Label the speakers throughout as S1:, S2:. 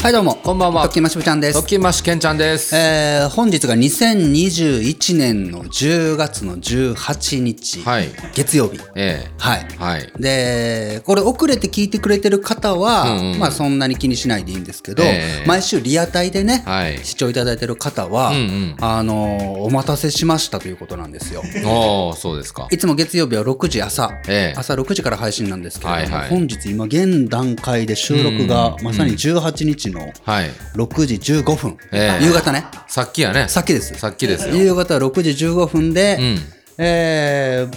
S1: はいどうもこ
S2: こんばんは。
S1: ときましぶちゃんです
S2: と、きましけんちゃんです。
S1: えー、本日が2021年の10月の18日、
S2: はい
S1: 月曜日
S2: え
S1: はい
S2: えはい。
S1: でこれ遅れて聞いてくれてる方は、
S2: うんうん
S1: まあ、そんなに気にしないでいいんですけど、
S2: ええ
S1: 毎週リアタイでね、
S2: はい
S1: 視聴いただいてる方は、
S2: うんうん
S1: あのーお待たせしましたということなんですよ。
S2: おー、そうですか。
S1: いつも月曜日は6時朝、
S2: ええ
S1: 朝6時から配信なんですけれども、
S2: はいはい
S1: 本日今現段階で収録がまさに18日の
S2: はい。
S1: 6時15分、
S2: ええ
S1: 夕方ね
S2: さっきやね。
S1: さっきです
S2: さっきですよ
S1: 夕方6時15分で、
S2: うん。
S1: えー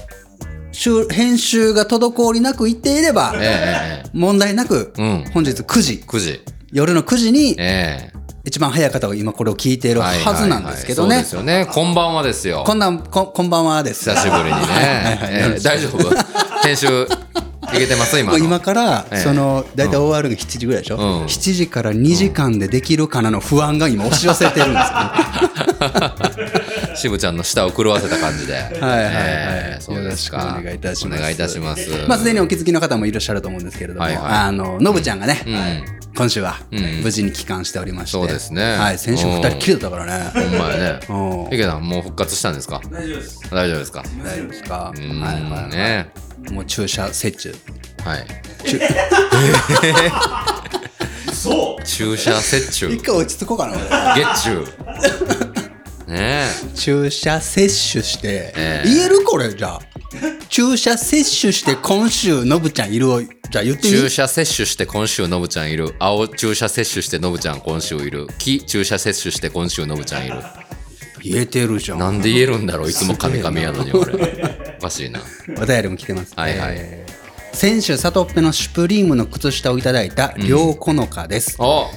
S1: 収編集が滞りなくいっていれば、
S2: えええええ
S1: 問題なく、
S2: えうん。
S1: 本日9時
S2: 9時。
S1: 夜の9時に
S2: ええ
S1: 一番早い方が今これを聞いているはずなんですけど
S2: はい
S1: ね
S2: はいはいそうですよね。こんばんはですよ。
S1: こんなんここんばん はです
S2: 久しぶりにね。ええ大丈夫編集、いけてます今
S1: もう
S2: の。
S1: 今から、
S2: ええ
S1: その大体終わるのが7時ぐらいでしょ、
S2: うん
S1: 7時から2時間でできるかなの不安が今押し寄せてるんですよ、ね、
S2: しぶちゃんの舌を狂わせた感じで。はい
S1: はいはい
S2: ええそうです
S1: よろし
S2: か。
S1: くお願いいたします
S2: お願いいたします。
S1: まあ、すでにお気づきの方もいらっしゃると思うんですけれども、
S2: はいはい
S1: あの、のぶちゃんがね、
S2: ん
S1: はい今週は
S2: ん
S1: 無事に帰還しておりまして、
S2: そうですね
S1: はい、先週
S2: うん
S1: 二人っきりだったから
S2: ほ
S1: ね。
S2: んまやね
S1: うん。
S2: いけさん、もう復活したんですか
S3: 大丈夫です。
S2: 大丈夫ですか
S1: 大丈夫ですか、
S2: うん、
S1: はいはいはい
S2: ね。
S1: もう注射設置。
S2: はい。
S3: そ
S2: 注射接種。
S1: 一回落ち着こうかな、俺
S2: 月中。ね
S1: 注射接種して、
S2: ええ
S1: 言えるこれ、じゃあ。注射接種して、今週、のぶちゃんいるを、じゃあ言っ
S2: え。
S1: てみ
S2: 注射接種して今週のぶちゃんいる。青注射接種してのぶちゃん今週いる。木注射接種して今週のぶちゃんいる。
S1: 言えてるじゃん。
S2: なんで言えるんだろういつもカミカミやのに俺。おかしいな。
S1: お便りも来てます、ね。
S2: はいはい
S1: えー先週、サトッペのシュプリームの靴下をいただいた、りょうこのかです。
S2: お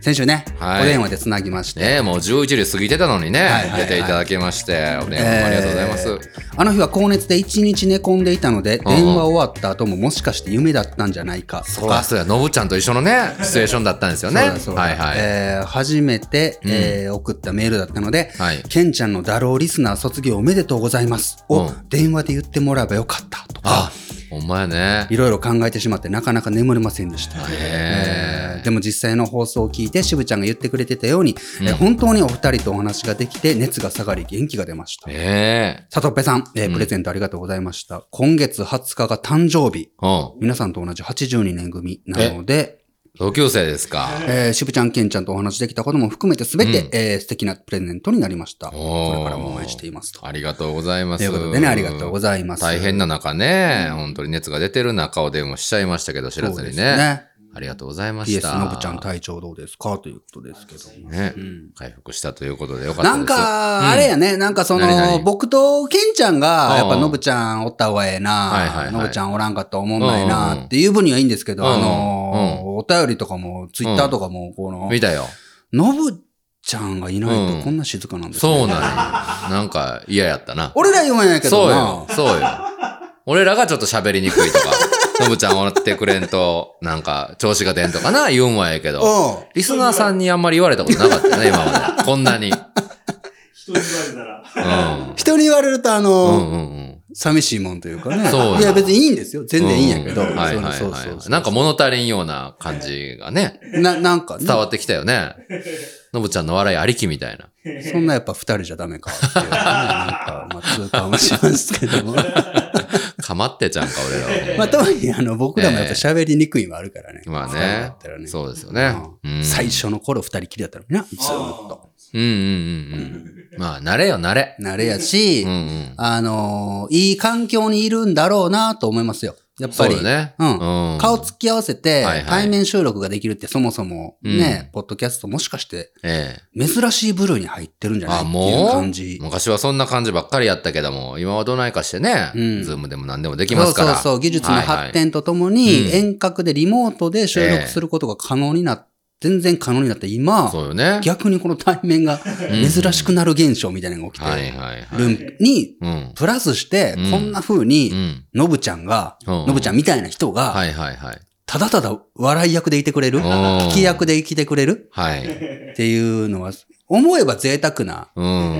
S1: 先週ね、
S2: はい
S1: お電話でつなぎまして、
S2: ねえ、もう11時過ぎてたのにね、
S1: はいはいはい
S2: 出ていただきまして、お電話ありがとうございます。
S1: あの日は高熱で1日寝込んでいたので、
S2: んうん
S1: 電話終わった後ももしかして夢だったんじゃないかと
S2: そうだ
S1: か。
S2: そうだ、のぶちゃんと一緒のね、シチュエーションだったんですよね。
S1: そうだそうだ
S2: はいはい。
S1: えー初めて、えー送ったメールだったので、
S2: はい
S1: ケンちゃんのだろうリスナー卒業おめでとうございますを
S2: うん
S1: 電話で言ってもらえばよかったとか、
S2: あ、ほんまやね。
S1: いろいろ考えてしまってなかなか眠れませんでした。
S2: え
S1: えーでも実際の放送を聞いて渋ちゃんが言ってくれてたように、えー本当にお二人とお話ができて熱が下がり元気が出ました。
S2: ええ
S1: さとっぺさん、えープレゼントありがとうございました。今月20日が誕生日。
S2: うん。
S1: 皆さんと同じ82年組なので、
S2: 同級生ですか。
S1: えー、渋ちゃん、けんちゃんとお話できたことも含めて全て、
S2: うん
S1: えー素敵なプレゼントになりました。
S2: おー
S1: これからも応援していますと。
S2: ありがとうございます。
S1: ということでね、ありがとうございます。
S2: 大変な中ね、本当に熱が出てる中お電話しちゃいましたけど、知らず
S1: そうで
S2: に
S1: す
S2: ね。
S1: ね。
S2: ありがとうございまし
S1: PS
S2: た。
S1: のぶちゃん体調どうですかということですけども。
S2: ね、回復したということでよかったです。
S1: なんか、あれやね、なんかそ
S2: 何
S1: の、
S2: 々
S1: 僕とケンちゃんが、やっぱ
S2: うん
S1: ノブちゃんおった方がええ
S2: はいはいは
S1: な、
S2: い
S1: ノブちゃんおらんかったら思んないな
S2: うん
S1: っていう分にはいいんですけど、
S2: うん
S1: あのー、お便りとかも、ツイッターとかも、この、
S2: 見たよ。
S1: ノブちゃんがいない
S2: うん
S1: とこんな静かなんですね
S2: そうなんや。なんか嫌やったな。
S1: 俺ら言わんやけど
S2: そう
S1: な
S2: よ。。そうよ。俺らがちょっと喋りにくい とか、のぶちゃんおってくれんと、なんか調子が出んとかな、言うんはやけど。
S1: う
S2: リスナーさんにあんまり言われたことなかったね、今まで。こんなに。うん。
S3: う。人に言われたら。
S1: ん。人に言われると、あ
S2: う
S1: のー
S2: んうんうん。
S1: 寂しいもんというかね。
S2: そうよ
S1: いや、別にいいんですよ。全然いいんやけど。
S2: うはいはい
S1: そうそうそう
S2: は
S1: そ
S2: い。
S1: う
S2: なんか物足りんような感じ がね、
S1: な、なんかね、
S2: 伝わってきたよね。のぶちゃんの笑いありきみたいな。
S1: そんなやっぱ二人じゃダメかっていう、ね。なんか、まあ、痛感はしますけ ども。
S2: かまってちゃんか、俺らは。
S1: まあ、特にあの、僕らもやっぱ喋りにくいはあるからね。
S2: まあ
S1: そうだ
S2: ね
S1: ったら。ね
S2: そうですよね。
S1: うん
S2: うん
S1: 最初の頃二人きりだったのにな、ずーっと。
S2: うんうんうんうん。まあ、慣れよ、慣れ。
S1: 慣れやし、
S2: うんうん。
S1: あのーいい環境にいるんだろうなと思いますよ。やっぱ
S2: そう
S1: り。
S2: だね。
S1: うん。顔つき合わせて、
S2: はいはい
S1: 対面収録ができるってそもそもね、
S2: うん
S1: ポッドキャストもしかして
S2: ええ。
S1: 珍しい部類に入ってるんじゃない
S2: あ、
S1: っていう
S2: も
S1: 感
S2: う
S1: じ。
S2: 昔はそんな感じばっかりやったけども、今はどないかしてね、
S1: うん
S2: ズームでも何でもでき
S1: そ
S2: ま
S1: う
S2: すか
S1: そ
S2: ら。
S1: うそう、技術の
S2: はいはい
S1: 発展ととも
S2: う
S1: に、
S2: ん
S1: 遠隔でリモートで収録することが可能になっ、全然可能になって今、
S2: そうよね。
S1: 逆にこの対面が珍しくなる現象みたいなのが起き
S2: はい
S1: て
S2: はいはい。
S1: るんに、
S2: うん。
S1: プラスして、こんな風
S2: う
S1: に、
S2: ん。
S1: のぶちゃんが、
S2: うん
S1: のぶちゃんみたいな人が、
S2: はいはいはい。
S1: ただただ笑い役でいてくれる、
S2: ん
S1: 聞き役で生きてくれる
S2: はい。
S1: っていうのは、思えば贅沢な、
S2: うん。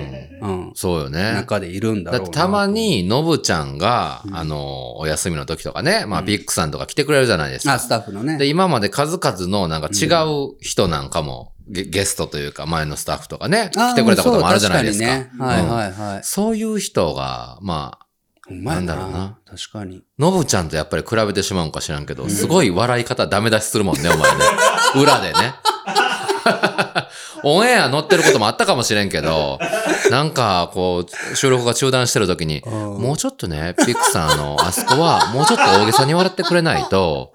S1: うん、
S2: そうよね。
S1: 中でいるんだろ
S2: だ
S1: う
S2: っ
S1: な
S2: て
S1: と
S2: たま、に、のぶちゃんが、
S1: うん
S2: あの、お休みの時とかね、まあ、
S1: うん
S2: ビッグさんとか来てくれるじゃないですか。
S1: あ、スタッフのね。
S2: で、今まで数々のなんか違う人なんかも、ゲゲストというか、前のスタッフとかね、
S1: あー
S2: 来てくれたこともあるじゃないですか。
S1: そう確かにね、はいはいはい。
S2: そういう人が、まあ、
S1: ほんまや
S2: なんだろうな。
S1: 確かに。
S2: のぶちゃんとやっぱり比べてしまうんか知らんけど、すごい笑い方ダメ出しするもんね、お前 ね。裏でね。 オンエア乗ってることもあったかもしれんけど、なんか、こう、収録が中断してる時に、も
S1: も
S2: うちょっとね、ピクサーのあそこは、もうちょっと大げさに笑ってくれないと、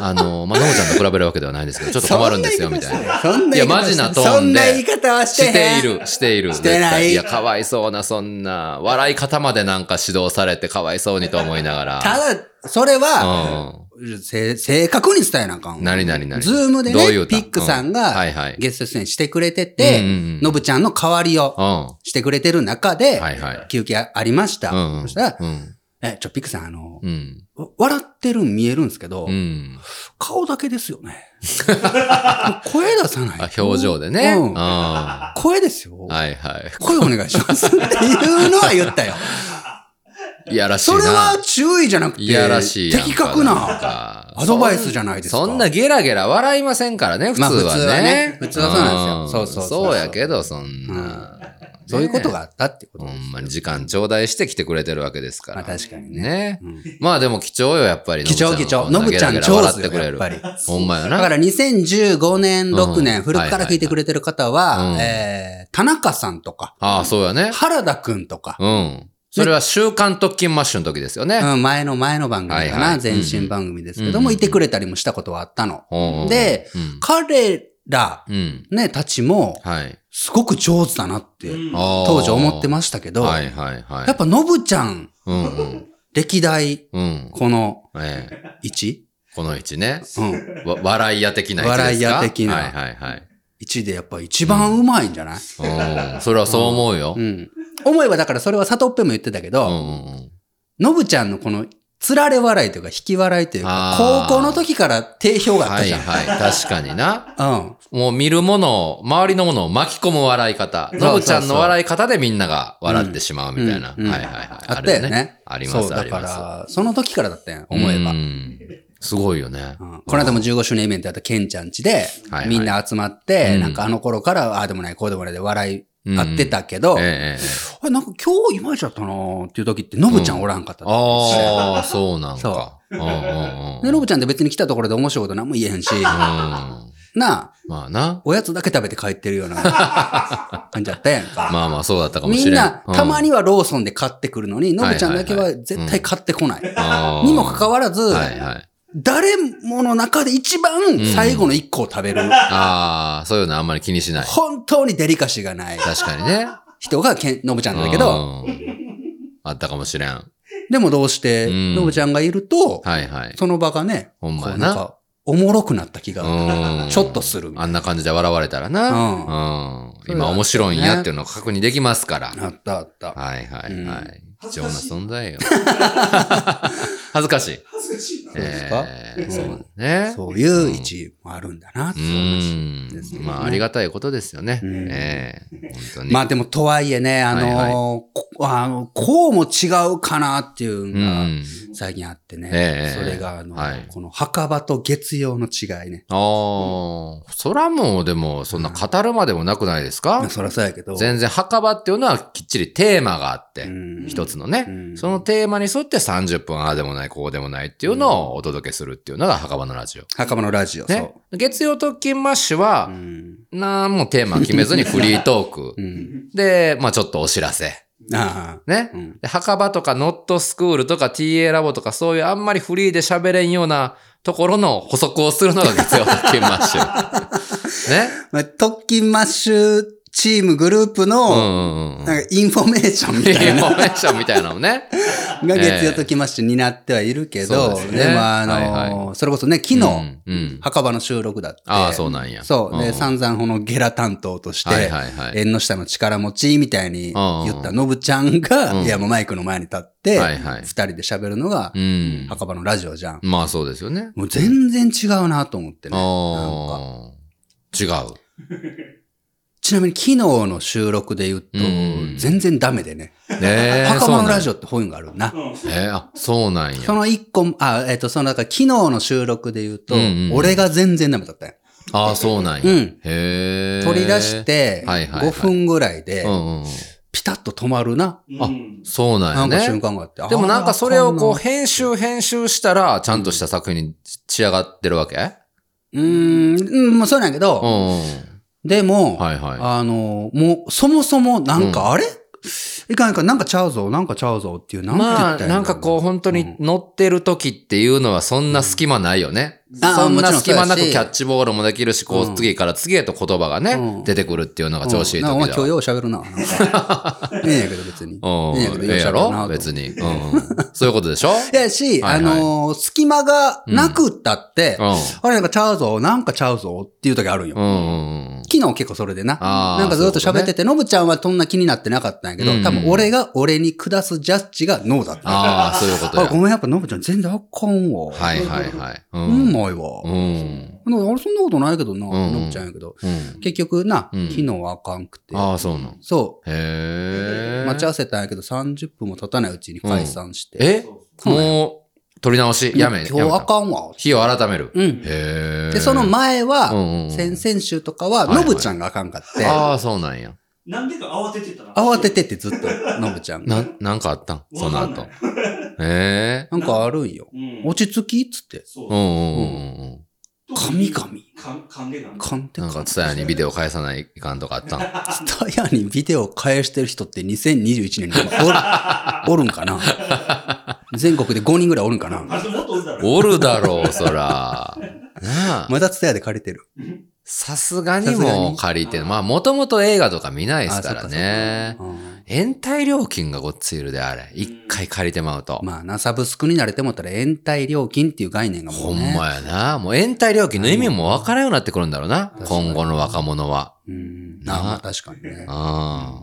S2: あの、まあ、のぶちゃんと比べるわけではないですけど、ちょっと困るんですよ、みたいな。
S1: な。そんな言い方して
S2: いやマジなトーンで
S1: そんな言い方はして
S2: し
S1: へ
S2: て
S1: ん
S2: い。る、している。
S1: してない
S2: 絶対いや、かわいそうな、そんな、笑い方までなんか指導されてかわいそうにと思いなが
S1: た
S2: ら。
S1: だ、それは、
S2: う
S1: せ正確に伝えなあかんわ。
S2: ん。なになになに
S1: ズームでね
S2: どういう
S1: ピ
S2: 歌
S1: ックさんが
S2: うはいはい。
S1: ゲスト出演してくれて
S2: うん
S1: て、
S2: うんうん
S1: のぶちゃんの代わりを
S2: う
S1: してくれてる中で
S2: ん。、はいはい。
S1: 休憩ありました。
S2: うんうん
S1: そしたら、
S2: うん。
S1: え、ちょ、ピクさん、あの、
S2: うん。
S1: わ笑ってるん見えるんですけど、
S2: うん。
S1: 顔だけですよね。 声出さない。
S2: あ、表情でね。
S1: う
S2: うんん。は
S1: 声ですよ。
S2: いは
S1: 声お願いし ますっていうのは言ったよ。
S2: い。いやらしい
S1: そ
S2: な。
S1: れは注意じゃなくて、
S2: いやらしいやんか。
S1: 的確
S2: ん
S1: な
S2: か
S1: アドバイスじゃないですか。
S2: そんなゲラゲラ笑いませんからね、普通
S1: まあ
S2: はね。
S1: 普通はね普通はそうなんですよ
S2: ん
S1: そうそうそう
S2: そうやけど、そんな。
S1: そういうこと
S2: ね
S1: があったってこ
S2: え。
S1: と
S2: ほ
S1: ですよ
S2: んまに時間頂戴して来てくれてるわけですか
S1: まあ
S2: ら。
S1: 確かにね。
S2: ね。
S1: うん
S2: まあでも貴重よ、やっぱり。
S1: 貴重貴重。のぶちゃん
S2: ゲラゲ
S1: 超で
S2: ラ笑
S1: す
S2: って
S1: よ、
S2: くれ
S1: やっ
S2: る
S1: ぱ。り。
S2: ほんまや
S1: だか
S2: な。
S1: ら2015年、6
S2: う
S1: 年、
S2: ん
S1: 古くから聞いてくれてる方
S2: はいはい
S1: は、
S2: はい
S1: えー、田中さんとか、
S2: ああ、そうやね。
S1: 原田くんとか、
S2: うん。それは週刊特勤マッシュの時ですよね。
S1: うん、前の前の番組かな、
S2: はいはい
S1: 前身番組ですけども、
S2: うん
S1: いてくれたりもしたことはあったの。
S2: うんうん
S1: で、
S2: うん
S1: 彼ら、
S2: うん。
S1: ね、たちも、
S2: はい。
S1: すごく上手だなって、当
S2: 当
S1: 時思って
S2: す
S1: ましたけど、
S2: はいはいはい。
S1: やっぱのぶちゃん、
S2: うんうん。
S1: 歴代、
S2: うん。
S1: この
S2: ええ。
S1: 位置
S2: この位置ね。
S1: うん。
S2: わ笑い屋的な位置ですか
S1: 笑い屋的な
S2: はいはいはい。
S1: 位置でやっぱ一番うまいんじゃない、
S2: うん、それはそう思うよ
S1: うん。思えばだからそれは佐藤っぺも言ってたけ
S2: うんう
S1: ど、
S2: んうん。
S1: のぶちゃんのこの、つられ笑いというか、引き笑いというか、
S2: あー
S1: 高校の時から定評があっ
S2: は
S1: た
S2: い
S1: じゃん。
S2: はい。確かにな。
S1: うん。
S2: もう見るものを、周りのものを巻き込む笑い方。
S1: そう
S2: のぶちゃんの笑い方でみんなが笑ってしまうみたいな。
S1: うんうん
S2: はいはいはい。
S1: あったよ
S2: る
S1: ね。
S2: あります
S1: そう、
S2: あ
S1: だ
S2: り
S1: か
S2: ます。
S1: ら、その時からだったよ、思えば。
S2: う
S1: うん
S2: ん。すごいよね。
S1: この間も15周年イベントやったケンちゃんちで
S2: はいは、い
S1: みんな集まって、
S2: うん
S1: なんかあの頃から、ああでもない、こうでもないで笑
S2: うん
S1: い合って。たけど、
S2: ええ
S1: あ
S2: ええ。
S1: れなんか今日いまいちだったなーっていう時って、ノブちゃんおらんかった。
S2: ああ、そうなん
S1: そ
S2: か。うんうんうん。
S1: で、ノブちゃんって別に来たところで面白いこと何も言えへん し、
S2: うん。
S1: なあ、
S2: まあな。
S1: おやつだけ食べて帰ってる ような感じだったやんか。
S2: まあまあそうだったかも
S1: み
S2: しれ
S1: ん
S2: ん。
S1: な、
S2: う
S1: たまにはローソンで買ってくるのに、ノブちゃんだけ
S2: は
S1: はい
S2: はいはい
S1: 絶対買ってこない。
S2: あー
S1: にもかかわらず、
S2: はいはい。
S1: 誰もの中で一番最後の一個を食べる、
S2: ああ、そういうのあんまり気にしない。
S1: 本当にデリカシーがない
S2: 確かにね。
S1: 人がけんのぶちゃんだけど、
S2: うん。あったかもしれん。は
S1: でもどうして
S2: うん
S1: のぶちゃんがいると、
S2: いはい。
S1: その場がね、
S2: ほんま
S1: こ
S2: や
S1: うなん
S2: な。
S1: かおもろくなった気が、
S2: うん。
S1: ちょっとするみた
S2: あんな感じで笑われたらな。うん。今面白いんやっていうのを確認できますから。
S1: いな。あったあった。
S2: はいはいはい。
S3: うん
S2: 貴重な存 在よ。恥ずかしい。
S3: 恥ずかしいな。
S1: うですか
S2: えーそうね。
S1: そういう位置もあるんだなって
S2: う
S1: いう話。
S2: ん
S1: ですね。
S2: まあ、ありがたいことですよね。
S1: うん
S2: ええ。本当に。
S1: まあでもとはいえね、あのー
S2: はいはい
S1: こあの、こうも違うかなっていう
S2: う
S1: のが
S2: ん。
S1: 最近あってね。
S2: え
S1: そ
S2: え
S1: れがあの、
S2: はい
S1: この墓場と月曜の違いね。
S2: ああ、そらもうでも、そんな語るまでもなくないです
S1: ま
S2: か
S1: あそりゃそうやけど。
S2: 全然墓場っていうのはきっちりテーマがあって、
S1: うん
S2: 一つのね、
S1: うん
S2: そのテーマに沿って30分ああでもない、こうでもないっていうのをお届けするっていうのが墓場のラジオ。
S1: 墓場のラジオ。
S2: ね、月曜特勤マッシュは
S1: そう。う、ん。
S2: なんもテーマ決めずにフリートーク
S1: う。ん。
S2: で、まあちょっとお知らせ。
S1: ああ。
S2: ね。
S1: うん。
S2: で墓場とかノットスクールとか TA ラボとかそういうあんまりフリーで喋れんようなところの補足をするのが月曜特勤マッシュ。ね。
S1: まあ、特勤マッシュチームグループ
S2: うん
S1: の、
S2: うんうん。
S1: なんかインフォメーションみたい
S2: イン
S1: な
S2: フ
S1: の
S2: ォメーションみたいなのね。
S1: が月曜特勤マッシュになってはいるけど、
S2: そうです
S1: で
S2: ね
S1: もあの、
S2: はい
S1: それこそね、昨日、
S2: うんうん
S1: 墓場の収録だって。
S2: ああ、そうなんや。
S1: そう。で、
S2: ん
S1: 散々このゲラ担当として、
S2: はいはいはい。
S1: 縁の下の力持ちみたいに言ったのぶちゃんが、
S2: うん
S1: いやもうマイクの前に立って、二、
S2: はいはい
S1: 人で喋るのが、
S2: うん。
S1: 墓場のラジオじゃん。
S2: まあそうですよね。
S1: もう全然違うなと思ってね。なんか
S2: ああ。違う。
S1: ちなみに昨日の収録で言うと
S2: うん、
S1: 全然ダメでね。
S2: ねえ。
S1: 墓
S2: そう
S1: 場
S2: なん
S1: のラジオって本があるな。
S3: うん。
S2: えーあ、そうなん
S1: そ
S2: や。
S1: の一個も、あ、えっ、と、その、だから昨日の収録で言うと、
S2: うんうんうん
S1: 俺が全然ダメだったよ。
S2: あーそうなんや。
S1: うん
S2: へえ。
S1: 取り出し。て、
S2: はいはいはい
S1: 5分ぐらいで
S2: う、んうん。
S1: ピタッと止まるな、
S2: あ
S3: うん
S2: そうな
S1: なんんか
S2: や
S1: 瞬
S2: ね。
S1: 間があって。
S2: でもなんかそれをこう
S1: あー
S2: 編集編集したら、ちゃんとした作品に仕上がってるわけ
S1: うーん、うん、まあそうなんやけ
S2: うん
S1: ど、
S2: うん。
S1: でも、
S2: はいは
S1: あの、もう、そもそもなんか、あれいかんいかん、なんかちゃうぞ、なんかちゃうぞっていう、
S2: い。
S1: なんて言った
S2: ま
S1: らいい
S2: あ、
S1: だろ
S2: なんかこう本当
S1: う
S2: に
S1: ん
S2: 乗ってる時っていうのはそんな隙間ないよね。
S1: あ
S2: そんな隙間なく
S1: もちろんそうやし
S2: キャッチボールもできるし、こ
S1: うん
S2: う次から次へと言葉が
S1: う
S2: ね
S1: ん、
S2: 出てくるっていうのが調子いい
S1: うんなんかお前
S2: 時
S1: 今日
S2: だ。
S1: よう喋るな。 なんかいいんやけど別に。
S2: うん
S1: いいんやけど、
S2: ええや
S1: よう喋るなと思
S2: ろ
S1: って
S2: 別に。うんうんそういうこと でしょ
S1: いやし、
S2: はいはい
S1: あのー隙間がなくったって、あれなんかちゃうぞ、なんかちゃうぞっていう時あるんよ。
S2: うん。うんうんうん。
S1: 昨日結構それでな。
S2: あー
S1: なんかずっと喋ってて、のぶちゃんはそんな気になってなかったんやけど、
S2: うん
S1: 多分俺が俺に下すジャッジがノーだった。
S2: ああ、そういうこと
S1: あ、ご
S2: や。
S1: めん、やっぱのぶちゃん全然あかんわ。
S2: はいはいはい。う
S1: うんん、うまいわ。
S2: う
S1: なんか
S2: ん。
S1: 俺そんなことないけどな、
S2: うん
S1: のぶちゃんやけど。
S2: うん。
S1: 結局な、
S2: うん
S1: 昨日はあかんくて。
S2: ああ、そうなん。
S1: そう。
S2: へえ。
S1: 待ち合わせたんやけど、30分も経たないうちに解散して。
S2: えもう、取り直しやめ。
S1: 今日
S2: やめ
S1: あ
S2: た
S1: かんわ。
S2: 日を改める。
S1: うん。
S2: へえ。
S1: で、その前
S2: うん
S1: は、
S2: うんうん
S1: 先々週とかは、
S2: はいは
S1: の
S2: い
S1: ぶちゃんがあかんかって、
S2: ああ、そうなんや。
S3: なんでか慌ててたな。
S1: 慌ててってずっと、のぶちゃんが。
S2: な、なんかあったんその
S3: わかん
S2: 後
S3: ない。
S2: へえ。
S1: なんかあるんよ。
S3: うん。
S1: 落ち着きっつって。
S3: そう
S2: うんうんうんうん。
S1: 神々
S3: かん噛んでなん
S1: 勘って
S2: なん
S1: か
S2: か、ツタヤにビデオ返さないかんとかあったん
S1: ツタヤにビデオ返してる人って2021年に 今おるおるんかな全国で5人ぐらいおるんかな
S3: あれもっとおるだろ。
S2: おるだろう、そ ら。なあ。
S1: まだツタヤで借りてる。
S2: さすがに
S1: さすが
S2: も
S1: に
S2: う借りて、まあ、もともと映画とか見ないですからね
S1: あ。。そっかそっか
S2: 延滞料金がごっついるであれ。一回借りてまうと
S1: うん。まあな、サブスクに慣れてもったら延滞料金っていう概念がも
S2: ほ
S1: うんね。
S2: まやな。もう延滞料金の意味もわからんようになってくるんだろうな。
S3: うん
S2: 今後の若者は。
S1: うん。
S2: な
S1: あまあ確かにね。
S2: ああ。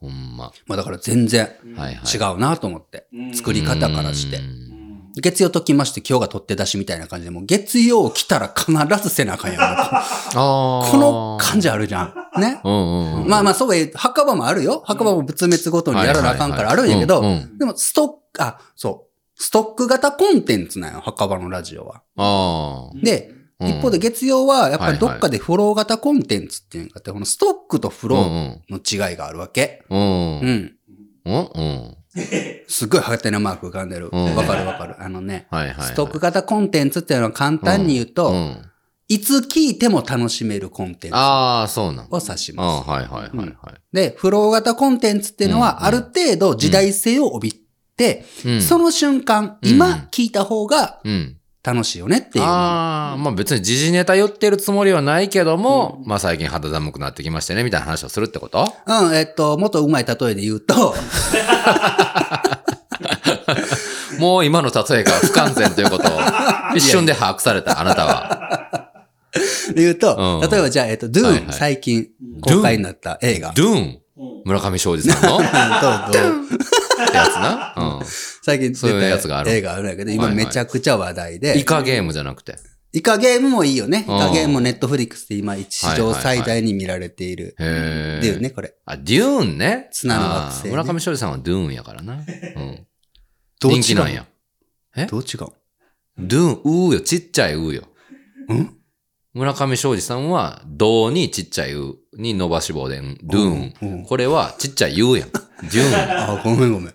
S2: ほんま。
S1: まあだから全然
S2: はいはい。
S1: 違うなと思って。
S3: うん
S1: 作り方からして
S2: うん
S1: 月曜ときまして今日が取って出しみたいな感じで、もう月曜来たら必ずせなあかんやろ。
S2: ああ。
S1: この感じあるじゃん。ね。
S2: うんうん。
S1: まあまあ、そうは言う、墓場もあるよ。墓場も仏滅ごとにやらなあかんからあ
S2: はい
S1: るん
S2: はい
S1: や
S2: は
S1: け
S2: い
S1: ど
S2: う、ん
S1: でもストック、あ、そう。ストック型コンテンツなんよ、墓場のラジオは。
S2: あ
S1: で、
S2: あ。うん
S1: 一方で、月曜は、やっぱ
S2: はいは
S1: り
S2: い
S1: どっかでフロー型コンテンツっていうのがあって、このストックとフ
S2: うんう
S1: ロ
S2: ん。
S1: ーの違いがあるわけ。
S2: うん
S1: う。ん。
S2: うんうん。
S1: すっごいハテナマーク浮かんでる。
S2: うん
S1: わかるわかる。あのね、
S2: はいはいはい。
S1: ストック型コンテンツっていうのは簡単に言う
S2: う
S1: と、
S2: ん。
S1: いつ聞いても楽しめるコンテンツ
S2: ああ、そうなん。
S1: を指し
S2: あ
S1: ます。
S2: あ、はいはいはいはい。
S1: で、フロー型コンテンツっていうの
S2: うん
S1: は、ある程度時代性を帯びて、
S2: うん
S1: その瞬間、
S2: うん
S1: 今聞いた方が
S2: うん。
S1: 楽しいよねっていう。
S2: ああ、まあ別に時事ネタ言ってるつもりはないけども、まあ最近肌寒くなってきましてね、みたいな話をするってこと
S1: うん、えっと、もっとうまい例えで言うと、
S2: もう今の例えが不完全という ことを一瞬で把握された、あなたは。
S1: 言うと、
S2: うん
S1: 例えばじゃあ、えっと、ドゥ
S2: はい
S1: ー
S2: は
S1: ン、
S2: い
S1: 最近公開になった映画。
S2: ドゥーン村上昌司さんのってや
S1: うんとドゥーン
S2: つな。うん。
S1: 最近
S2: そう
S1: 出
S2: いうやつがあ
S1: た
S2: る
S1: 映画あるんやけど、今
S2: はいはい
S1: めちゃくちゃ話題で、
S2: イカゲームじゃなくて。
S1: イカゲームもいいよね。イ
S2: うん
S1: カゲームもネットフリックスで今史上最大に見られている。
S2: へ
S1: だよ
S2: え。
S1: ね、これ。
S2: あ、デューンね。
S1: 綱の惑星ね
S2: あー村上昌司さんはドゥーンやからな。うん。
S1: どう違
S2: 人
S1: う
S2: 気なんや。え
S1: どう違う
S2: ドゥーン、うーよ、ちっちゃいうーよ。
S1: ん
S2: 村上昌司さんは、どうにちっちゃいうに伸ばし棒でん、ドゥ
S1: うん
S2: ー
S1: うん
S2: ン。これはちっちゃいうやん。ドゥーン。
S1: あ、ごめんごめん。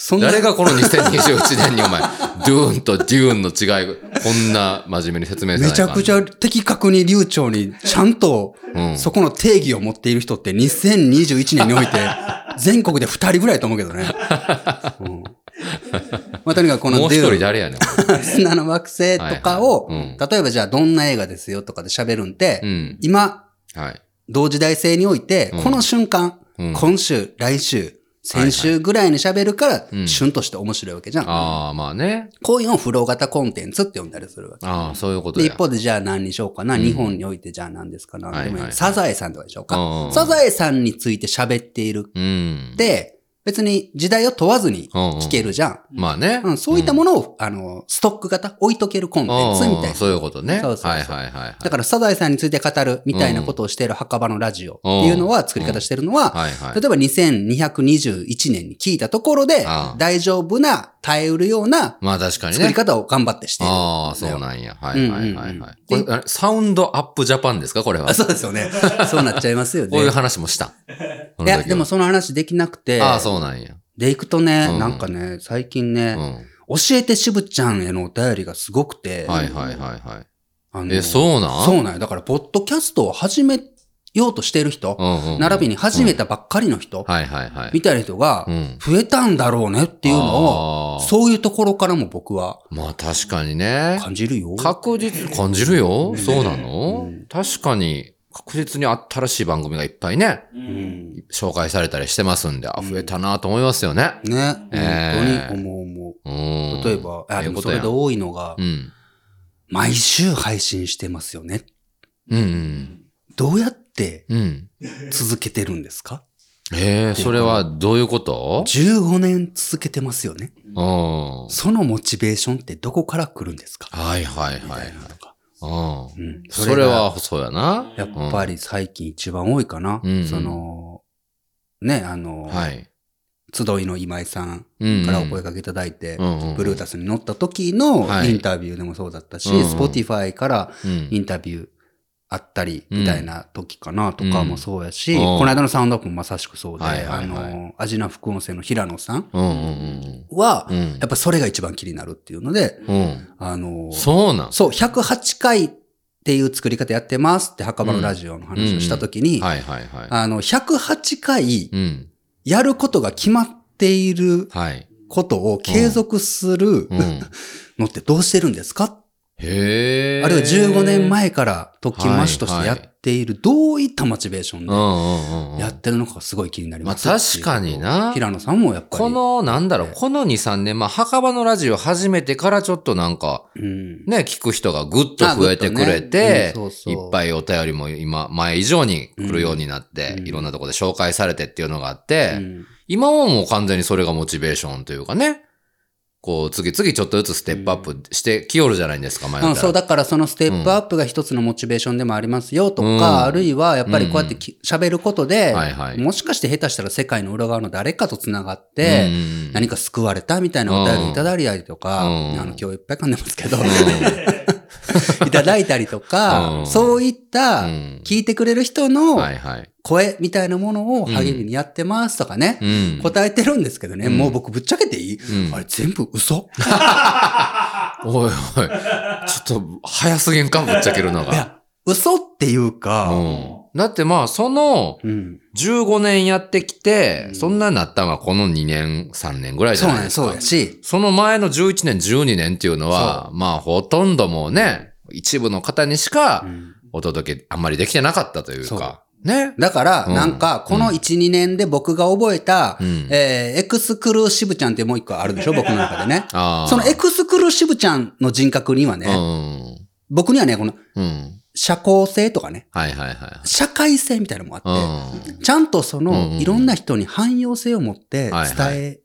S1: そんな
S2: 誰がこの2021年にお 前、ドゥーンとデューンの違い、こんな真面目に説明せない
S1: めちゃくち
S2: ゃ、
S1: ゃ的確に流暢にちゃんと
S2: うん、
S1: そこの定義を持っている人って2021年に おいて全国で2人ぐらいだと思うけどね。うんまあ、とにかくこ
S2: も
S1: の
S2: う一人
S1: デュ
S2: 誰やねん。
S1: ーン 砂の惑星とかを、
S2: はいはいうん
S1: 例えばじゃあどんな映画ですよとかで喋るんで、
S2: うん。
S1: 今、
S2: はい。
S1: 同時代性において、
S2: うん
S1: この瞬間、
S2: うん
S1: 今週、来週、先週ぐらいに喋るから、
S2: うん
S1: 旬として面白いわけじゃん。
S2: ああ、まあね。
S1: こういうのをフロー型コンテンツって呼んだりするわけ。
S2: ああ、そういうこと
S1: で、
S2: や。
S1: 一方でじゃあ何にしようかな、
S2: ん
S1: 日本においてじゃあ何ですかな、
S2: はいはいはい
S1: でもサザエさんとかでしょうか、
S2: うん
S1: サザエさんについて喋っている
S2: うん。
S1: で、別に時代を問わずに
S2: うんうん
S1: 聞けるじゃん。
S2: まあね。
S1: うん、そういったものを、あの、ストック型、置いとけるコンテンツみたい
S2: うん
S1: な。
S2: そういうことね。
S1: そうそうそう
S2: はいはいはいはい。
S1: だから、サザエさんについて語るみたいなことをしている墓場のラジオっていうのは、作り方してるのは、
S2: はいはい。
S1: 例えば2221年に聞いたところで
S2: ああ、
S1: 大丈夫な、耐えうるような
S2: まあ確かに
S1: 作り
S2: ね。
S1: 方を頑張ってしている。
S2: ああ、そうなんや。はいはいは
S1: うん
S2: い
S1: うんう
S2: は
S1: ん
S2: い。これ、あれサウンドアップジャパンですかこれは。
S1: あ
S2: こ
S1: そうですよ ね。そうなっちゃいますよね。
S2: ういう話もした。
S1: いや、でもその話できなくて、
S2: ああ、そうなんや。
S1: で行くとね、
S2: うん
S1: なんかね、最近
S2: う
S1: ね、
S2: ん。
S1: 教えてしぶちゃんへのお便りがすごくて、
S2: はいはいはいは
S1: あ
S2: い。
S1: の
S2: え、そうなん
S1: そうなんよだから、ポッドキャストを始めようとしてる人、
S2: うんうんうん。
S1: 並びに始めたばっかりの人、
S2: はいはいはい。
S1: みたいな人が
S2: う、ん。っ
S1: 増えたんだろうねっていうのを、
S2: を
S1: そういうところからも僕は
S2: まあ確かにね。
S1: 感じるよ。
S2: 確実、感じるよ。そうなの
S1: うん
S2: 確かに、確実に新しい番組がいっぱいね、
S3: う。
S1: うんん
S2: 紹介されたりしてますんで、あ、
S1: うん
S2: 増えたなと思いますよね。
S1: ね、
S2: え
S1: 本当に思う思
S2: うん。
S1: う。例え。ば、あ、で
S2: ええこ
S1: も
S2: と
S1: そ
S2: や
S1: れで多いのが
S2: う、ん。
S1: 毎週配信してますよね。
S2: うん
S1: どうやって
S2: うん。うん。
S1: 続けてるんですか
S2: ええそれはどういうこと
S1: ?15 年続けてますよね。
S2: うん。は
S1: そのモチベーションってどこから来るんですか
S2: いはい
S1: み
S2: は
S1: た
S2: い
S1: い。なとか。
S2: うん。
S1: うん
S2: そ
S1: が
S2: れは、そうやな。
S1: やっぱり最近一番多いかな。
S2: うん
S1: その、ね、あの、
S2: はい。
S1: 集いの今井さん
S2: うん。
S1: からお声かけいただいて、
S2: うんうん
S1: ブルータスに乗った時の
S2: はい
S1: インタビューでもそうだったし、
S2: うんうん
S1: スポティファイから
S2: うん
S1: インタビューあったり、みたいな時かなとかもそうやし、
S2: うんうん
S1: この間のサウンドアップもまさしくそうで、
S2: はいはいはい
S1: あの、アジナ副音声の平野さん
S2: うんうん
S1: は、
S2: うん。うん
S1: やっぱそれが一番気になるっていうので、
S2: うん。
S1: あの、
S2: そうなん。
S1: そう、108回っていう作り方やってますって墓場のラジオの話をした時に、
S2: はいはいは
S1: あの、108回
S2: い。うん。
S1: やることが決まっている
S2: はい。
S1: ことを継続する
S2: うん。
S1: のってどうしてるんですか、
S2: へえ。
S1: あるいは15年前から特訓マッシュとしてやっている、どういったモチベーション
S2: うん
S1: で
S2: うんうんうん。
S1: やってるのかがすごい気になります。
S2: まあ確かにな
S1: 平野さんもやっぱり。
S2: こ、の、なんだろう、この2、3年、まあ、墓場のラジオ始めてからちょっとなんか、
S1: うん。
S2: ね、聞く人がぐっと増えてく
S1: あ、
S2: れて
S1: ぐっとねうんそうそう
S2: いっぱいお便りも今、前以上に来るようになって、
S1: うん
S2: いろんなとこで紹介されてっていうのがあって、
S1: うん
S2: 今はもう完全にそれがモチベーションというかね、こう、次々ちょっとずつステップアップしてきよるじゃないですか、前
S1: うん、
S2: か
S1: そう、
S2: ら。
S1: だからそのステップアップが一つのモチベーションでもありますよとか、
S2: うん
S1: あるいはやっぱりこうやってき喋ることで、
S2: はいはい
S1: もしかして下手したら世界の裏側の誰かと繋がっ
S2: うんう
S1: て、
S2: んうん
S1: 何か救われたみたいなお便りいただいたりとか、
S2: うん
S1: あの今日いっぱい噛んでますけど、
S2: う
S1: いただいたりとか、
S2: うん
S1: そういった
S2: んうん
S1: 聞いてくれる人
S2: は
S1: の
S2: いはい。
S1: 声みたいなものを励みにやってますとかね
S2: う、ん。
S1: 答えてるんですけどね、
S2: うん
S1: もう僕ぶっちゃけていい、
S2: うん
S1: あれ全部嘘
S2: おいおい、ちょっと早すぎんか、ぶっちゃけるの
S1: い
S2: が。
S1: や、嘘っていうか、
S2: うんだってまあ、その
S1: うん
S2: 15年やってきて、
S1: うん
S2: そんなになったのはこの2年、3年ぐらいじ
S1: そ
S2: ゃ
S1: う
S2: な
S1: なん
S2: いで
S1: や、
S2: すか。
S1: そうやし、
S2: その前の11年、12年っていうのは、まあ、ほとんどもうね、一部の方にしかお届け、あんまりできてなかったというか。ね。
S1: だから、
S2: うん
S1: なんか、この1、2年で僕が覚えた、
S2: うん
S1: えーエクスクルーシブちゃんってもう一個ある でしょ僕の中でね。
S2: ああ。
S1: そのエクスクルーシブちゃんの人格にはね、僕にはね、この、
S2: うん。うん。
S1: 社交性とかね、
S2: はいはいは
S1: 社会性みたいなのも
S2: い
S1: あっ
S2: はい。
S1: て、ちゃんとそ
S2: うんう
S1: の、
S2: ん
S1: いろんな人に汎用性を持って
S2: はいは
S1: 伝
S2: い
S1: え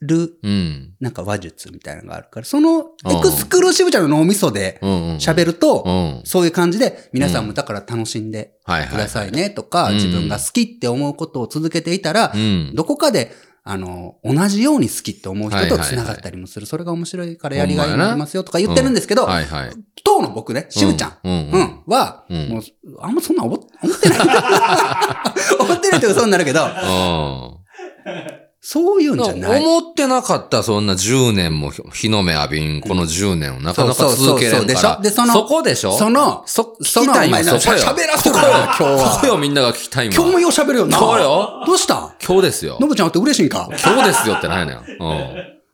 S1: る、
S2: うん。うん。
S1: なんか話術みたいなのがあるから、その、エクスクルーシブちゃんの脳みそで
S2: うんうん。
S1: 喋ると
S2: う、ん。
S1: そういう感じで、皆さんもだから楽しんで
S2: はいはい。
S1: くださいねとか、
S2: うん
S1: 自分が好きって思うことを続けていたら
S2: う、ん。
S1: どこかで、あの、同じように好きって思う人と
S2: はいはいはい
S1: 繋がったりもする。それが面白いからやりがいになりますよとか言ってるんですけど、
S2: はいはい。
S1: 当の僕ね、しぶちゃん。
S2: うん。
S1: うん、は、
S2: うん
S1: もう、あんまそんな思っ 思ってない。思ってないって嘘になるけど、
S2: うん。
S1: そういうんじゃない。
S2: 思ってなかった、そんな10年もひ日の目浴びん、この10年をなかなか続けれ
S1: そうそうそうそう
S2: る
S1: で
S2: か
S1: し
S2: ら。
S1: ょでその
S2: そこでしょ
S1: その、
S2: そ、聞
S1: そ
S2: き
S1: の
S2: たい
S1: お前
S2: よ、
S1: な
S2: そこよ。
S1: しゃ喋らせてくれよ今日は
S2: ここよ、みんなが聞きたい
S1: 今日も
S2: よ。
S1: よう喋るよな。
S2: そうよ
S1: どうした
S2: 今日ですよ
S1: の。ぶちゃん会って嬉しいんか
S2: 今日ですよってないのよ。